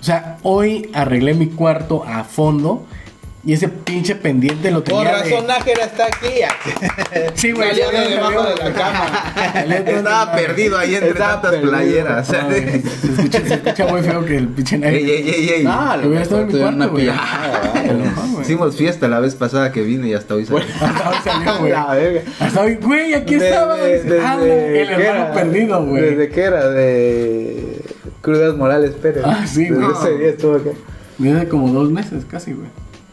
[SPEAKER 3] O sea, hoy arreglé mi cuarto a fondo y ese pinche pendiente lo tenía
[SPEAKER 1] Por
[SPEAKER 3] de-
[SPEAKER 1] razón Nájera está aquí.
[SPEAKER 3] Sí, güey.
[SPEAKER 1] Salió
[SPEAKER 3] ya
[SPEAKER 1] de debajo de la cama.
[SPEAKER 3] Salió de-
[SPEAKER 2] Estaba perdido ahí entre
[SPEAKER 1] Estaba
[SPEAKER 2] tantas
[SPEAKER 1] perdido.
[SPEAKER 2] playeras.
[SPEAKER 3] No, güey, se, escucha, se escucha muy feo que el pinche
[SPEAKER 2] Ey, ey, ey, ey.
[SPEAKER 1] Ah,
[SPEAKER 3] Que hubiera estado en mi
[SPEAKER 1] tuvieron
[SPEAKER 3] cuarto, güey.
[SPEAKER 1] pijamada, ¿verdad?
[SPEAKER 3] Te lo juro, güey.
[SPEAKER 2] Hicimos fiesta la vez pasada que vine y hasta hoy salió.
[SPEAKER 3] Hasta hoy salió, güey.
[SPEAKER 1] La verga.
[SPEAKER 3] Hasta hoy, güey, aquí
[SPEAKER 1] De-
[SPEAKER 3] estaba.
[SPEAKER 1] de-
[SPEAKER 3] dice, ah,
[SPEAKER 1] desde
[SPEAKER 3] el
[SPEAKER 1] que
[SPEAKER 3] hermano
[SPEAKER 1] era-
[SPEAKER 3] perdido, güey.
[SPEAKER 1] Desde que era de Crudas Morales Pérez.
[SPEAKER 3] Ah, sí,
[SPEAKER 1] Desde
[SPEAKER 3] güey.
[SPEAKER 1] ese día estuvo acá.
[SPEAKER 3] Desde como dos meses casi, güey.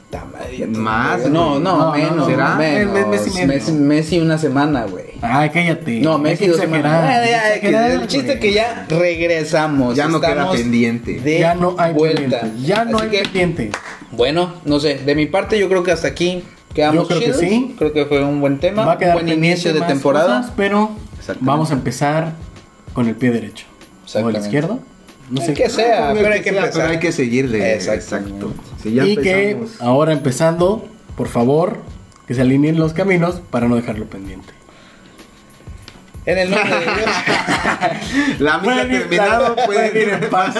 [SPEAKER 1] Ta madre, ya
[SPEAKER 2] Más,
[SPEAKER 1] te- No, no,
[SPEAKER 3] no,
[SPEAKER 1] menos.
[SPEAKER 3] no,
[SPEAKER 2] ¿será?
[SPEAKER 1] menos.
[SPEAKER 3] Mes- mes y medio.
[SPEAKER 1] Mes- mes y una semana, güey.
[SPEAKER 3] Ay, cállate.
[SPEAKER 1] No,
[SPEAKER 3] Hay
[SPEAKER 1] Messi
[SPEAKER 3] que
[SPEAKER 1] dos
[SPEAKER 3] exagerar,
[SPEAKER 1] semanas.
[SPEAKER 3] hay que
[SPEAKER 1] Ya, que
[SPEAKER 3] exagerar,
[SPEAKER 1] el chiste
[SPEAKER 3] güey.
[SPEAKER 1] es que ya regresamos.
[SPEAKER 2] Ya no queda
[SPEAKER 1] Estamos
[SPEAKER 2] pendiente.
[SPEAKER 1] de
[SPEAKER 3] ya no hay
[SPEAKER 1] vuelta.
[SPEAKER 3] pendiente. Ya no
[SPEAKER 1] Así
[SPEAKER 3] hay
[SPEAKER 1] que,
[SPEAKER 3] pendiente.
[SPEAKER 1] Bueno, no sé. De mi parte, yo creo que hasta aquí quedamos.
[SPEAKER 3] Yo creo que
[SPEAKER 1] chidos.
[SPEAKER 3] sí.
[SPEAKER 1] Creo que fue un buen tema.
[SPEAKER 3] Va a quedar
[SPEAKER 1] buen
[SPEAKER 3] pendiente
[SPEAKER 1] inicio de
[SPEAKER 3] más
[SPEAKER 1] temporada.
[SPEAKER 3] cosas, pero
[SPEAKER 2] Exactamente.
[SPEAKER 3] vamos a empezar con el pie derecho. O el
[SPEAKER 1] Exactamente.
[SPEAKER 3] izquierdo. No sé. Ah,
[SPEAKER 1] El que sea, pero hay que
[SPEAKER 2] sea,
[SPEAKER 1] empezar.
[SPEAKER 2] pero hay que seguirle.
[SPEAKER 1] Exactamente.
[SPEAKER 2] Exacto. Si ya
[SPEAKER 3] y
[SPEAKER 2] empezamos.
[SPEAKER 1] Ah.
[SPEAKER 3] que ahora empezando, por favor, que se alineen los caminos para no dejarlo pendiente.
[SPEAKER 1] En el nombre de Dios.
[SPEAKER 2] La misa ha
[SPEAKER 3] Pueden ir-
[SPEAKER 2] terminado, pueden ir en paz.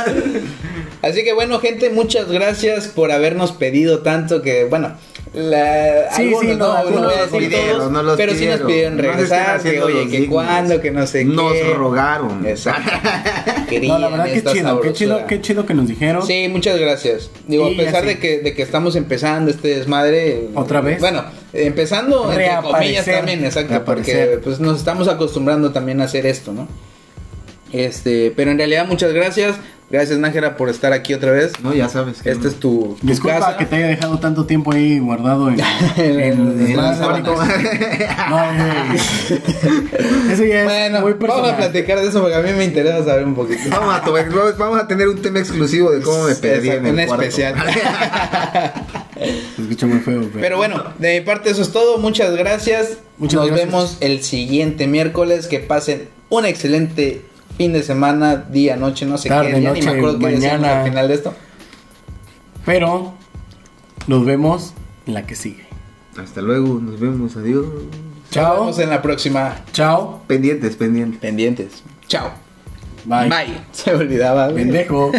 [SPEAKER 1] Así que bueno, gente, muchas gracias por habernos pedido tanto que, bueno, la,
[SPEAKER 3] Sí,
[SPEAKER 1] algunos,
[SPEAKER 3] sí, no, algunos
[SPEAKER 1] voy a
[SPEAKER 3] los
[SPEAKER 1] decir
[SPEAKER 2] pidieron,
[SPEAKER 1] todos,
[SPEAKER 2] no los
[SPEAKER 1] pero sí nos
[SPEAKER 2] pidieron.
[SPEAKER 1] pidieron
[SPEAKER 2] No se estén
[SPEAKER 1] regresar, que
[SPEAKER 2] haciendo
[SPEAKER 1] oye,
[SPEAKER 2] los
[SPEAKER 1] que
[SPEAKER 2] dignos.
[SPEAKER 1] cuándo, que no sé
[SPEAKER 2] Nos
[SPEAKER 1] qué.
[SPEAKER 2] rogaron.
[SPEAKER 1] Exacto.
[SPEAKER 3] No, la verdad,
[SPEAKER 1] Querían
[SPEAKER 3] qué
[SPEAKER 1] esta
[SPEAKER 3] chido, qué chido,
[SPEAKER 1] sabrosura.
[SPEAKER 3] qué chido que nos dijeron.
[SPEAKER 1] Sí, muchas gracias. Digo,
[SPEAKER 3] Y
[SPEAKER 1] a pesar
[SPEAKER 3] así.
[SPEAKER 1] de que, de que estamos empezando este desmadre.
[SPEAKER 3] ¿Otra vez?
[SPEAKER 1] Bueno, eh, empezando entre comillas
[SPEAKER 3] Reaparecer.
[SPEAKER 1] también, exacto, porque
[SPEAKER 3] Reaparecer.
[SPEAKER 1] pues nos estamos acostumbrando también a hacer esto, ¿no? Este, pero en realidad muchas gracias. Gracias, Nájera, por estar aquí otra vez.
[SPEAKER 2] No, ya sabes que.
[SPEAKER 1] Esta es tu, tu
[SPEAKER 3] Disculpa
[SPEAKER 1] casa.
[SPEAKER 3] que te haya dejado tanto tiempo ahí guardado en,
[SPEAKER 1] En- en
[SPEAKER 3] desmadre,
[SPEAKER 1] las
[SPEAKER 3] amigos. No, güey. Eso ya es
[SPEAKER 1] Bueno,
[SPEAKER 3] muy
[SPEAKER 1] vamos a
[SPEAKER 3] personal.
[SPEAKER 1] platicar de eso porque a mí me interesa saber un poquito.
[SPEAKER 2] Vamos a, tomar- vamos- vamos a tener un tema exclusivo de cómo me perdí en
[SPEAKER 1] Exacto,
[SPEAKER 2] el
[SPEAKER 1] un
[SPEAKER 2] cuarto.
[SPEAKER 1] especial.
[SPEAKER 3] Se escucha muy feo, pero.
[SPEAKER 1] Pero bueno, de mi parte eso es todo. Muchas gracias.
[SPEAKER 3] Muchas
[SPEAKER 1] Nos
[SPEAKER 3] gracias.
[SPEAKER 1] vemos el siguiente miércoles. Que pasen un excelente fin de semana, día, noche, no sé
[SPEAKER 3] Tarde,
[SPEAKER 1] qué. Ya ni me
[SPEAKER 3] noche,
[SPEAKER 1] acuerdo qué decimos
[SPEAKER 3] mañana.
[SPEAKER 1] al final de esto.
[SPEAKER 3] Pero nos vemos en la que sigue.
[SPEAKER 2] Hasta luego, nos vemos, adiós.
[SPEAKER 1] Nos
[SPEAKER 3] Chao.
[SPEAKER 1] vemos en la próxima.
[SPEAKER 3] Chao.
[SPEAKER 2] Pendientes, pendientes.
[SPEAKER 1] Pendientes. Chao.
[SPEAKER 3] Bye.
[SPEAKER 1] Bye. Se olvidaba. güey.
[SPEAKER 3] Pendejo.